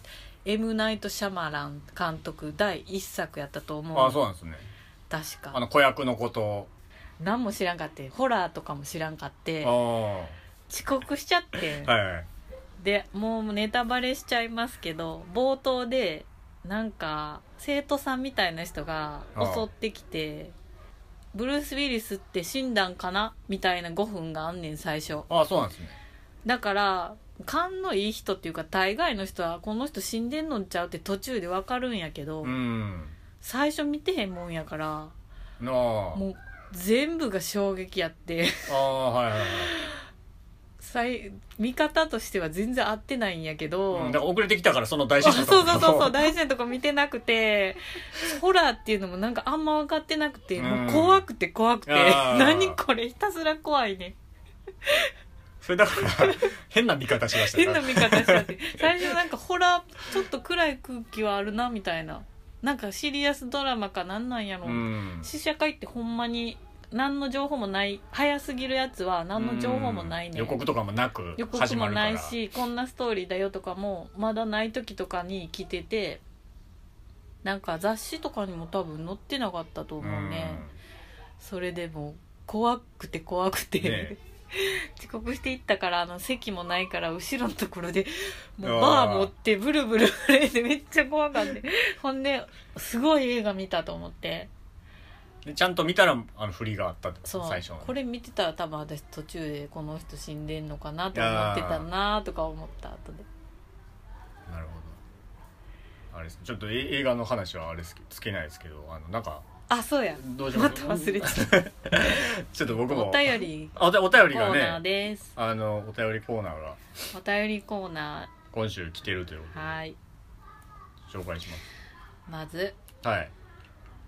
Speaker 1: M ・ナイト・シャマラン監督第一作やったと思
Speaker 2: ー
Speaker 1: う
Speaker 2: あーそうなんですね
Speaker 1: 確
Speaker 2: あ
Speaker 1: か
Speaker 2: の子役のこと
Speaker 1: 何も知らんかってんホラーとかも知らんかって
Speaker 2: あ
Speaker 1: ん
Speaker 2: あは
Speaker 1: 遅刻しちゃってん
Speaker 2: いはい
Speaker 1: でもうネタバレしちゃいますけど冒頭でなんか生徒さんみたいな人が襲ってきてブルース・ウィリスって診断かなみたいな5分があんねん最初
Speaker 2: ああそうなんですね
Speaker 1: だから勘のいい人っていうか大概の人はこの人死んでんのんちゃうって途中でわかるんやけど、
Speaker 2: うん
Speaker 1: 最初見てへんもんやから
Speaker 2: なあ
Speaker 1: もう全部が衝撃やって
Speaker 2: ああはいはいはい
Speaker 1: 最見方としては全然合ってないんやけど、
Speaker 2: うんだから遅れてきたからその大事
Speaker 1: あ
Speaker 2: な
Speaker 1: そうそうそうそう大事なとこ見てなくてホラーっていうのもなんかあんま分かってなくて、
Speaker 2: うん
Speaker 1: もう怖くて怖くて
Speaker 2: あー
Speaker 1: 何これひたすら怖いね
Speaker 2: それだから変な見方しましたね
Speaker 1: 変な見方しちゃって最初なんかホラーちょっと暗い空気はあるなみたいななんかシリアスドラマかなんなんやろ、
Speaker 2: うん
Speaker 1: 試写会ってほんまに何の情報もない早すぎるやつは何の情報もない
Speaker 2: うん
Speaker 1: ね
Speaker 2: 予
Speaker 1: ん
Speaker 2: 告とかもなく
Speaker 1: 予告
Speaker 2: 始ま
Speaker 1: も
Speaker 2: るから
Speaker 1: ないしこんなストーリーだよとかもまだない時とかに来ててなんか雑誌とかにも多分載ってなかったと思うね、それでもう怖くて怖くて、
Speaker 2: ねえ
Speaker 1: 遅刻していったからあの席もないから後ろのところでもう
Speaker 2: あ
Speaker 1: バ
Speaker 2: ー
Speaker 1: ー持ってブルブル震えてめっちゃ怖かったほんですごい映画見たと思って
Speaker 2: でちゃんと見たらあの振りがあったって
Speaker 1: そう
Speaker 2: 最初の
Speaker 1: これ見てたら多分私途中でこの人死んでんのかなと思ってたなとか思った後で
Speaker 2: なるほどあれですちょっとえ映画の話はあれですけつけないですけどあのなんか
Speaker 1: あそうや
Speaker 2: どう し
Speaker 1: ま
Speaker 2: ま
Speaker 1: た
Speaker 2: す
Speaker 1: 忘れてた
Speaker 2: ちょっと僕も
Speaker 1: お便り
Speaker 2: あお便お便
Speaker 1: コ
Speaker 2: り
Speaker 1: ーナ
Speaker 2: が
Speaker 1: ー
Speaker 2: ね
Speaker 1: です。
Speaker 2: あのお便りコーナーが
Speaker 1: お便りコーナ
Speaker 2: 今週来てるというこ
Speaker 1: ー。はい。
Speaker 2: とで紹介しま
Speaker 1: まず、
Speaker 2: すはい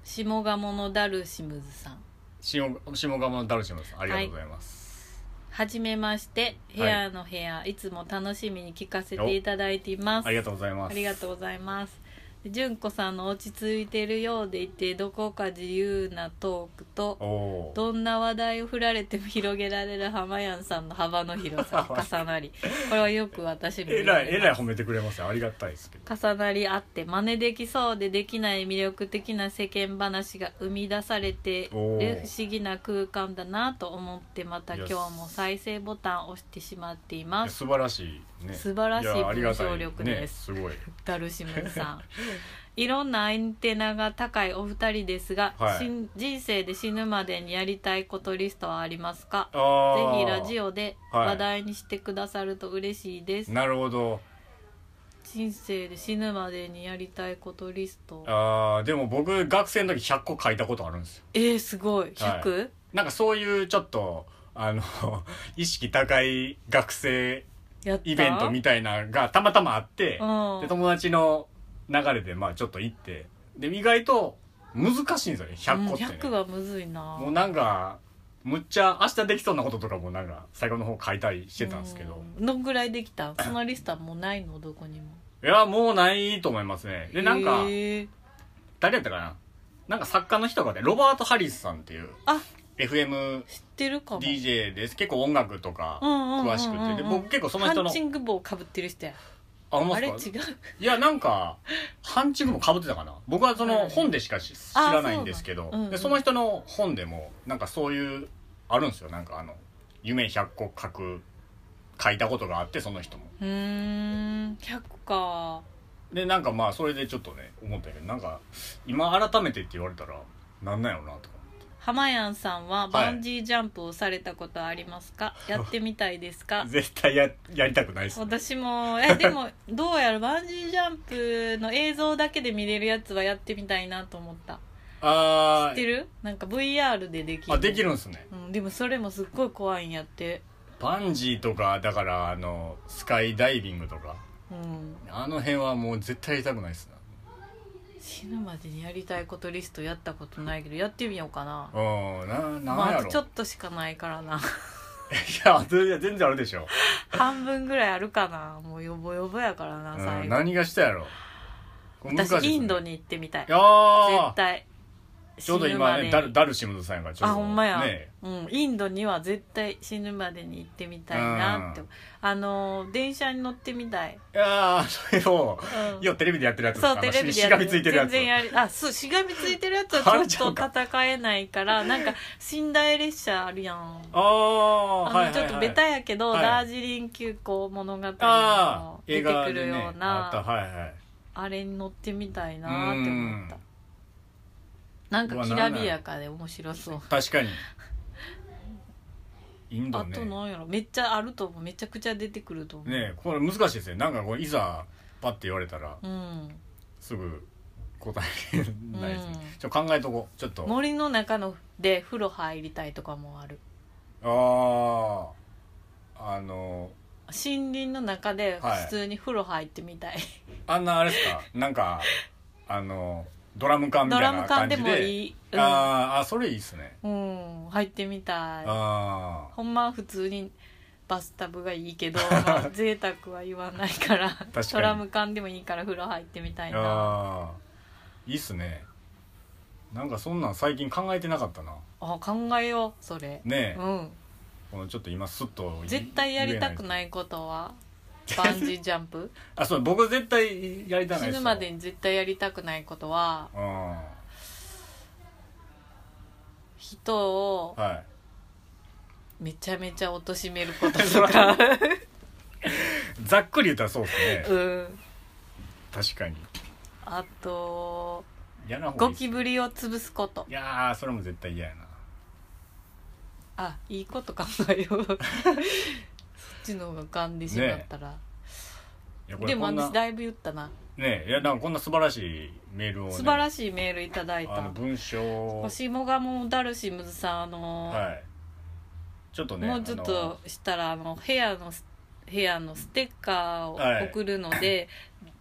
Speaker 1: 下鴨のダルシムズさん。
Speaker 2: 下下鴨ダルシムさんありがとうございます、
Speaker 1: はじめまして、
Speaker 2: い
Speaker 1: ヘアのヘア、い、つも楽しみに聞かせていただいています。
Speaker 2: ありがとうございます
Speaker 1: ありがとうございます。純子さんの落ち着いてるようでいて、どこか自由なトークと
Speaker 2: お、おー
Speaker 1: どんな話題を振られても広げられる浜やんさんの幅の広さが重 なり、これはよく私も
Speaker 2: え
Speaker 1: 言
Speaker 2: ら
Speaker 1: わ
Speaker 2: い
Speaker 1: れ
Speaker 2: え
Speaker 1: ます
Speaker 2: らい褒めてくれますよありがたいですけど
Speaker 1: 重なり合って真似できそうでできない魅力的な世間話が生み出されている
Speaker 2: おー
Speaker 1: 不思議な空間だなと思ってまた
Speaker 2: いや
Speaker 1: 今日も再生ボタンを押してしまってい
Speaker 2: い
Speaker 1: ま
Speaker 2: や
Speaker 1: す
Speaker 2: 素晴らしいね
Speaker 1: 素晴らしい
Speaker 2: やありがたい
Speaker 1: 文章力です
Speaker 2: ね、すごい
Speaker 1: ダルシムズ さんいろんなアンテナが高いお二人ですが、
Speaker 2: はい
Speaker 1: しん人生で死ぬまでにやりたいことリストはありますか
Speaker 2: あ
Speaker 1: ぜ
Speaker 2: ー
Speaker 1: ひラジオで
Speaker 2: はい
Speaker 1: 話題にしてくださると嬉しいです、
Speaker 2: なるほど
Speaker 1: 人生で死ぬまでにやりたいことリスト
Speaker 2: あーでも僕学生の時100個書いたことあるんですよ
Speaker 1: えー、すごい 100?、
Speaker 2: なんかそういうちょっとあの 意識高い学生
Speaker 1: やった
Speaker 2: イベントみたいなのがたまたまあって、
Speaker 1: うん
Speaker 2: で友達の流れでまあちょっと行ってで意外と難しいんですよね100個って、ね
Speaker 1: うん100がむずいな
Speaker 2: もうなんかむっちゃ明日できそうなこととかもなんか最後の方書いたりしてたんですけど、
Speaker 1: うんどんぐらいできたそのリストはもうないのどこにも
Speaker 2: いやもうないと思いますねでなんか
Speaker 1: へー
Speaker 2: 誰やったかななんか作家の人がねロバート・ハリスさんっていう
Speaker 1: あ
Speaker 2: FM
Speaker 1: 知ってるかも
Speaker 2: DJ です結構音楽とか
Speaker 1: うんうんうんうんうん
Speaker 2: 詳しくてで僕結構その人
Speaker 1: ハ
Speaker 2: の
Speaker 1: ンチング帽かぶってる人や
Speaker 2: あほんま
Speaker 1: あ
Speaker 2: っ
Speaker 1: れ違う
Speaker 2: すかいやなんかハンチングもかぶってたかな僕はその本でしかし知
Speaker 1: あ
Speaker 2: らないんですけど
Speaker 1: そうなんだうんうん
Speaker 2: でその人の本でもなんかそういうあるんですよなんかあの夢100個書く書いたことがあってその人も
Speaker 1: うーん100か
Speaker 2: でなんかまあそれでちょっとね思ったけどなんか今改めてって言われたらなんなんやろなとか
Speaker 1: 浜やんさんはバンジージャンプをされたことあります か、やってみたいですか
Speaker 2: 絶対ややりたくないですね
Speaker 1: 私もえでも どうやらバンジージャンプの映像だけで見れるやつはやってみたいなと思った
Speaker 2: あ
Speaker 1: 知って
Speaker 2: ー
Speaker 1: るなんか VR でできる
Speaker 2: あできるんですね
Speaker 1: うん、でもそれもすっごい怖いんやって
Speaker 2: バンジーとかだからあのスカイダイビングとか
Speaker 1: うん
Speaker 2: あの辺はもう絶対やりたくないですな
Speaker 1: 死ぬまでにやりたいことリストやったことないけどやってみようかな
Speaker 2: うんな
Speaker 1: ま
Speaker 2: なん
Speaker 1: あ
Speaker 2: や
Speaker 1: あと
Speaker 2: ろ
Speaker 1: ちょっとしかないからな
Speaker 2: いやそれいや全然あるでしょ、
Speaker 1: 半分ぐらいあるかなもうヨボヨボやからな
Speaker 2: う
Speaker 1: 最
Speaker 2: ん、
Speaker 1: 後、
Speaker 2: 何がしたやろこれ難しいです
Speaker 1: 私
Speaker 2: ね
Speaker 1: インドに行ってみたい
Speaker 2: いやー
Speaker 1: 絶対
Speaker 2: ちょうど
Speaker 1: 死ぬまで
Speaker 2: 今ね
Speaker 1: に
Speaker 2: ダルダルシムズさんやからちょう
Speaker 1: あ
Speaker 2: ど
Speaker 1: ほんまや、
Speaker 2: ね
Speaker 1: うん、インドには絶対死ぬまでに行ってみたいなって、
Speaker 2: う
Speaker 1: あのー電車に乗ってみたい、
Speaker 2: いやーそれを
Speaker 1: うん
Speaker 2: ようテレビでやってるやつ
Speaker 1: そう
Speaker 2: あの
Speaker 1: テレビで
Speaker 2: しがみついてるや
Speaker 1: 全
Speaker 2: つ
Speaker 1: 然やりあそうしがみついてるや つ
Speaker 2: あ
Speaker 1: は
Speaker 2: れ
Speaker 1: ち
Speaker 2: ち
Speaker 1: ょ
Speaker 2: ゃ
Speaker 1: っ
Speaker 2: う
Speaker 1: と
Speaker 2: か
Speaker 1: 戦えないからなんか寝台列車あるやん
Speaker 2: ああ
Speaker 1: あ
Speaker 2: はい
Speaker 1: の
Speaker 2: はい、
Speaker 1: ちょっとベタやけど、
Speaker 2: はい
Speaker 1: ダージリン急行物語
Speaker 2: ああ
Speaker 1: の
Speaker 2: 映
Speaker 1: 出て
Speaker 2: 画
Speaker 1: く
Speaker 2: で
Speaker 1: るよ
Speaker 2: ね
Speaker 1: う
Speaker 2: あ
Speaker 1: な
Speaker 2: ったはいはい
Speaker 1: あれに乗ってみたいなって思った
Speaker 2: うん
Speaker 1: なんかきらびやかで面白そう
Speaker 2: 確かにインド
Speaker 1: あ
Speaker 2: ね
Speaker 1: となんやろめっちゃあると思うめちゃくちゃ出てくると思う、
Speaker 2: ねこれ難しいですねなんかこういざパッて言われたら
Speaker 1: うん
Speaker 2: すぐ答えないですね、
Speaker 1: うん
Speaker 2: ちょっと考えとこうちょっとあ
Speaker 1: 森の中ので風呂入りたいとかもある
Speaker 2: あーあの
Speaker 1: 森林の中で
Speaker 2: はい
Speaker 1: 普通に風呂入ってみたい、
Speaker 2: あんなあれですかなんかあのドラム缶みた
Speaker 1: ド
Speaker 2: い
Speaker 1: ラ
Speaker 2: な
Speaker 1: ム缶
Speaker 2: 感
Speaker 1: で
Speaker 2: じで
Speaker 1: もいい、うん
Speaker 2: あーあそれいいっすね
Speaker 1: うん、入ってみたい
Speaker 2: あ
Speaker 1: ほんまは普通にバスタブがいい けど、まあ、贅沢は言わないから
Speaker 2: かに
Speaker 1: ドラム缶でもいいから風呂入ってみた
Speaker 2: ー
Speaker 1: いな
Speaker 2: あーいいっすねなんかそんなん最近考えてなかったな
Speaker 1: あ考えようそれ、
Speaker 2: ねえ、
Speaker 1: うん
Speaker 2: このちょっと今スッとい
Speaker 1: 絶対やりたく
Speaker 2: 言え
Speaker 1: ないことはバンジージャンプ
Speaker 2: あそう僕絶対やりたない
Speaker 1: 死
Speaker 2: っす
Speaker 1: ぬまでに絶対やりたくないことは
Speaker 2: うんは
Speaker 1: 人を
Speaker 2: い
Speaker 1: めちゃめちゃ貶としめる こととか
Speaker 2: ざっくり言ったらそうですね、
Speaker 1: うん
Speaker 2: 確かに
Speaker 1: あと
Speaker 2: 嫌な方がい
Speaker 1: ゴ
Speaker 2: いっす
Speaker 1: キブリを潰すこと
Speaker 2: いやーそれも絶対嫌やな
Speaker 1: あいいこと考えようそっちの方が浮かんでしまったら、
Speaker 2: いやこれ
Speaker 1: でも
Speaker 2: こんな
Speaker 1: 私だいぶ言ったな
Speaker 2: ねいやなんかこんな素晴らしいメールを、ね、
Speaker 1: 素晴ら
Speaker 2: し
Speaker 1: しいメールいただい
Speaker 2: あ
Speaker 1: た
Speaker 2: の文章を
Speaker 1: 星もがもダルシムズさんあの、
Speaker 2: はいちょっとね
Speaker 1: もうちょっとしたらあの部屋の部屋のステッカ
Speaker 2: は
Speaker 1: ー
Speaker 2: い
Speaker 1: を送るので、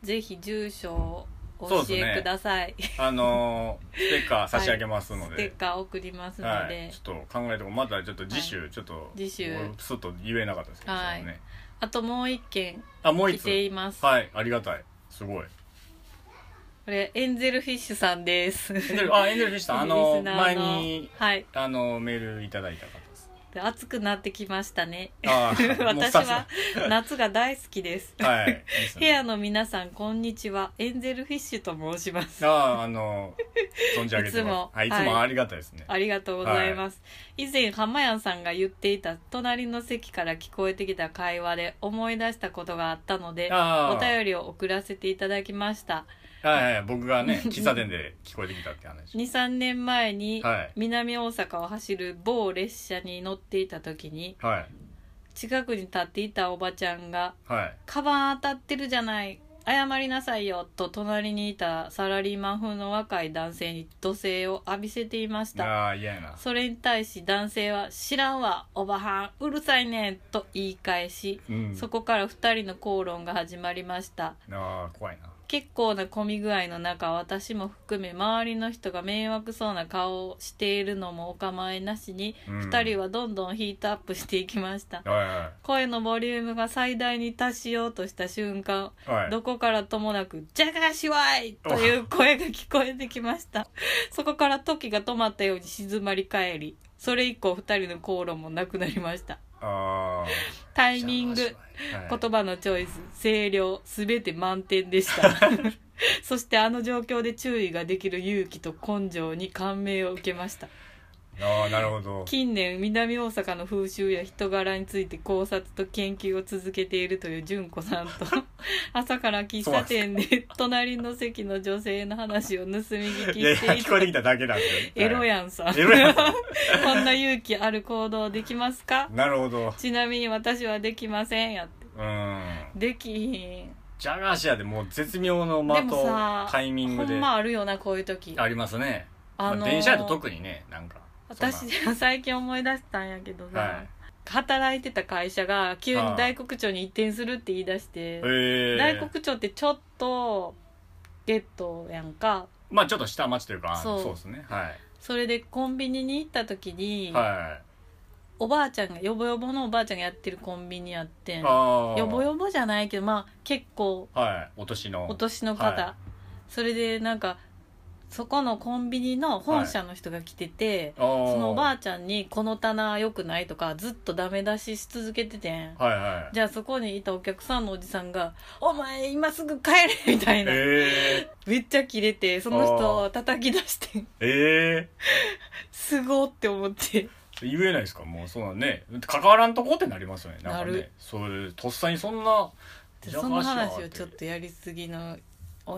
Speaker 1: ぜひ住所を
Speaker 2: そ
Speaker 1: 教
Speaker 2: うです
Speaker 1: え
Speaker 2: ね
Speaker 1: ください、
Speaker 2: あのあのーステッカー差し上げますの
Speaker 1: ステ
Speaker 2: で
Speaker 1: ッ、カー送りますの
Speaker 2: はい
Speaker 1: で、
Speaker 2: ちょっと考えてもまたちょっと次週、ちょっと
Speaker 1: 次週
Speaker 2: 俺スッと言えなかったですけど、
Speaker 1: はい
Speaker 2: そのね、
Speaker 1: あともう一件
Speaker 2: あもう
Speaker 1: 来
Speaker 2: 一つ
Speaker 1: ています、
Speaker 2: はいありがたいすごい
Speaker 1: これエンゼルフィッシュさんです
Speaker 2: エンゼルあエンゼルでしたあの
Speaker 1: リスナー
Speaker 2: 前に
Speaker 1: はい
Speaker 2: あのメールいただいた方です
Speaker 1: で暑くなってきましたね
Speaker 2: あ ー もう
Speaker 1: 私
Speaker 2: さすが
Speaker 1: は夏が大好きです
Speaker 2: はいいいっす
Speaker 1: 部
Speaker 2: ね
Speaker 1: 屋の皆さんこんにちはエンゼルフィッシュと申します
Speaker 2: あああの存じ上げて
Speaker 1: いつも
Speaker 2: ますはいいつ
Speaker 1: はい
Speaker 2: もありがたいですね、
Speaker 1: ありがとうございます、以前浜谷さんが言っていた隣の席から聞こえてきた会話で思い出したことがあったので
Speaker 2: あ
Speaker 1: お
Speaker 2: あ
Speaker 1: 便りを送らせていただきました
Speaker 2: はいはい僕が ね喫茶店で聞こえてきたって話
Speaker 1: 23年前に
Speaker 2: はい
Speaker 1: 南大阪を走る某列車に乗っていた時に
Speaker 2: はい
Speaker 1: 近くに立っていたおばちゃんが
Speaker 2: はい
Speaker 1: 「カバン当たってるじゃない謝りなさいよと隣にいたサラリーマン風の若い男性に怒声を浴びせていました
Speaker 2: ああ嫌やな
Speaker 1: それに対し男性は「知らんわおばはんうるさいねん」と言い返し、
Speaker 2: うん
Speaker 1: そこから2人の口論が始まりました
Speaker 2: ああ怖いな
Speaker 1: 結構な混み具合の中私も含め周りの人が迷惑そうな顔をしているのもお構いなしに、
Speaker 2: うん
Speaker 1: 2人はどんどんヒートアップしていきました
Speaker 2: おい
Speaker 1: 声のボリュームが最大に達しようとした瞬間
Speaker 2: おいおい
Speaker 1: どこからともなく「じゃがしわい!」という声が聞こえてきましたそこから時が止まったように静まり返りそれ以降2人の口論もなくなりました
Speaker 2: ああ
Speaker 1: タイミング
Speaker 2: はい
Speaker 1: 言葉のチョイス声量全て満点でしたそしてあの状況で注意ができる勇気と根性に感銘を受けました
Speaker 2: ああなるほど
Speaker 1: 近年南大阪の風習や人柄について考察と研究を続けているという純子 さんと朝から喫茶店で隣の席の女性の話を盗み聞き
Speaker 2: いやいや
Speaker 1: してい
Speaker 2: 聞こえて
Speaker 1: た
Speaker 2: きただけなんですよ
Speaker 1: エロやんさん
Speaker 2: エロやん
Speaker 1: こんな勇気ある行動できますか
Speaker 2: なるほど
Speaker 1: ちなみに私はできませんやって
Speaker 2: うん
Speaker 1: できひん
Speaker 2: ジャガーシアでもう絶妙の
Speaker 1: で
Speaker 2: 間
Speaker 1: も
Speaker 2: と
Speaker 1: さ
Speaker 2: タイミング
Speaker 1: ほん
Speaker 2: で
Speaker 1: まあるよなこういう時
Speaker 2: ありますね、まあ
Speaker 1: のー
Speaker 2: 電車やと特にねなんか
Speaker 1: 私
Speaker 2: そ ん
Speaker 1: 最近思い出したんやけどさ、
Speaker 2: なはい
Speaker 1: 働いてた会社が急に大黒町に移転するって言い出して、
Speaker 2: えー、
Speaker 1: 大黒町ってちょっとゲットやんか
Speaker 2: まあちょっと下町というか
Speaker 1: そ
Speaker 2: そううですねはい、
Speaker 1: それでコンビニに行った時に、
Speaker 2: は
Speaker 1: おばあちゃんがよぼよぼのおばあちゃんがやってるコンビニやって
Speaker 2: い
Speaker 1: ん
Speaker 2: ああ
Speaker 1: よぼよぼじゃないけどまあ結構
Speaker 2: はいお年の
Speaker 1: お年の方、
Speaker 2: は
Speaker 1: それでなんかそこのコンビニの本社の人が来てて、
Speaker 2: あー
Speaker 1: そのおばあちゃんに「この棚良くない」とかずっとダメ出しし続けててん
Speaker 2: はいはい
Speaker 1: じゃあそこにいたお客さんのおじさんが「お前今すぐ帰れ」 みたいな、
Speaker 2: え
Speaker 1: めっちゃキレてその人
Speaker 2: あ
Speaker 1: を叩き出して ん
Speaker 2: ー、え
Speaker 1: すごって思って
Speaker 2: ー、言えないですかもうそうなんね関わらんとこってなりますよねなんか
Speaker 1: なる
Speaker 2: ねそういうとっさにそんな
Speaker 1: でその話をちょっ
Speaker 2: と
Speaker 1: とやりすぎの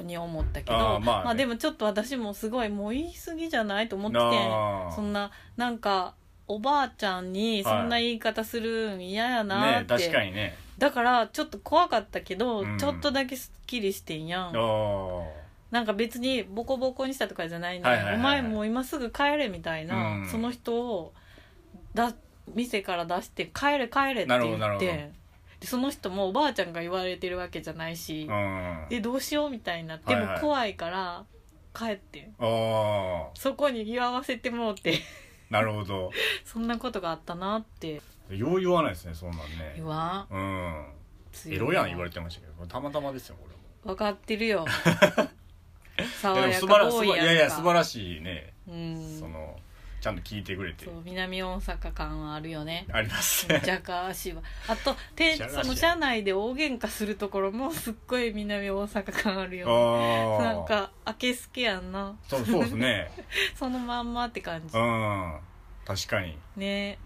Speaker 1: に思ったけど
Speaker 2: あーまあね
Speaker 1: でもちょっと私もすごいもう言い過ぎじゃないと思ってて
Speaker 2: あー
Speaker 1: そんななんかおばあちゃんにそんな言い方するん嫌やなっ
Speaker 2: ね
Speaker 1: て、
Speaker 2: 確かにね
Speaker 1: だからちょっと怖かったけど、
Speaker 2: うん
Speaker 1: ちょっとだけすっきりしてんやん
Speaker 2: ああ
Speaker 1: なんか別にボコボコにしたとかじゃないね、
Speaker 2: はいはいはいはい
Speaker 1: お前もう今すぐ帰れみたいな、
Speaker 2: うん
Speaker 1: その人をだ店から出して帰れ帰れって
Speaker 2: なるほ
Speaker 1: 言
Speaker 2: どなる
Speaker 1: っ
Speaker 2: ほど
Speaker 1: てでその人もおばあちゃんが言われてるわけじゃないし、
Speaker 2: うん
Speaker 1: でどうしようみたいになって、
Speaker 2: はいはい
Speaker 1: もう怖いから帰ってん
Speaker 2: ああ
Speaker 1: そこに居合わせてもうて
Speaker 2: なるほど
Speaker 1: そんなことがあったなって
Speaker 2: よう言わないですねそんなんね
Speaker 1: 言わん
Speaker 2: うん
Speaker 1: 強い
Speaker 2: エロやん言われてましたけどたまたまですよこれも
Speaker 1: わかってるよ
Speaker 2: い
Speaker 1: 爽
Speaker 2: や でも
Speaker 1: や
Speaker 2: 素
Speaker 1: か
Speaker 2: 晴ら
Speaker 1: ボーイ
Speaker 2: い
Speaker 1: やんか
Speaker 2: やいや素晴らしいね、
Speaker 1: うん
Speaker 2: そのちゃんと聞いてくれて
Speaker 1: そう南大阪感はあるよね
Speaker 2: ありま
Speaker 1: ジ
Speaker 2: す ね
Speaker 1: ャカーシはあとて
Speaker 2: ジャカーシ
Speaker 1: その車内で大喧嘩するところもすっごい南大阪感あるよ
Speaker 2: ああ
Speaker 1: なんか明けすけやんな
Speaker 2: そうそうです ね
Speaker 1: そのまんまって感じ
Speaker 2: うん確かに
Speaker 1: ね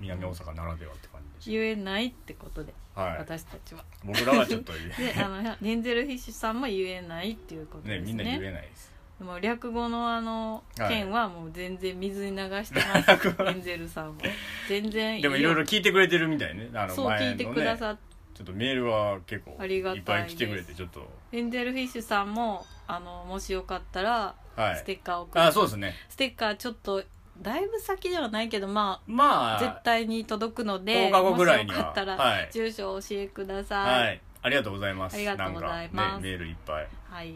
Speaker 2: 南大阪ならではって感じでし
Speaker 1: 言えないってことで、
Speaker 2: たはい
Speaker 1: 私たちは
Speaker 2: 僕らはちょ っと
Speaker 1: であのデンゼル・フィッシュさんも言えないっていうこと
Speaker 2: ね
Speaker 1: です
Speaker 2: みんな
Speaker 1: ね
Speaker 2: 言えないです
Speaker 1: でも略語のあの
Speaker 2: はい
Speaker 1: 件はもう全然水に流して ます、デンゼルさんも全然
Speaker 2: でもいろいろ聞いてくれてるみたいねあの
Speaker 1: そう聞いてくださって
Speaker 2: ちょっとメールは結構
Speaker 1: ありがたい
Speaker 2: いっぱい来てくれ
Speaker 1: で
Speaker 2: てちょっと
Speaker 1: エンゼルフィッシュさんもあのもしよかったら
Speaker 2: は
Speaker 1: ステ
Speaker 2: い
Speaker 1: ッカーを送る、
Speaker 2: あそうですね
Speaker 1: ステッカーちょっとだいぶ先ではないけどま
Speaker 2: ま
Speaker 1: あ
Speaker 2: あ
Speaker 1: 絶対に届くので
Speaker 2: 10日後ぐらいに
Speaker 1: も
Speaker 2: は
Speaker 1: しよかったら、
Speaker 2: はい
Speaker 1: 住所を教えください
Speaker 2: はいありがとうございます
Speaker 1: ありがとうございます
Speaker 2: なんかねメールいっぱい
Speaker 1: はい、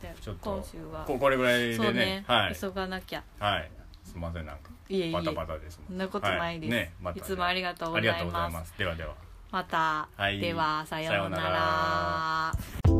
Speaker 1: じゃあ
Speaker 2: ちょっと
Speaker 1: 今週は
Speaker 2: ここれぐらい
Speaker 1: そ
Speaker 2: で
Speaker 1: うね
Speaker 2: ね、はい
Speaker 1: 急がなきゃ
Speaker 2: はいすみませんなんか
Speaker 1: いえいえ
Speaker 2: バタバタです
Speaker 1: そんなことないです、
Speaker 2: はねまた
Speaker 1: いつもありがとうご
Speaker 2: あ
Speaker 1: ざ
Speaker 2: り
Speaker 1: い
Speaker 2: が
Speaker 1: ます
Speaker 2: とうござい
Speaker 1: ま
Speaker 2: ますではでは
Speaker 1: た、
Speaker 2: はい
Speaker 1: ではさよう
Speaker 2: さよう
Speaker 1: な
Speaker 2: な
Speaker 1: ら
Speaker 2: ら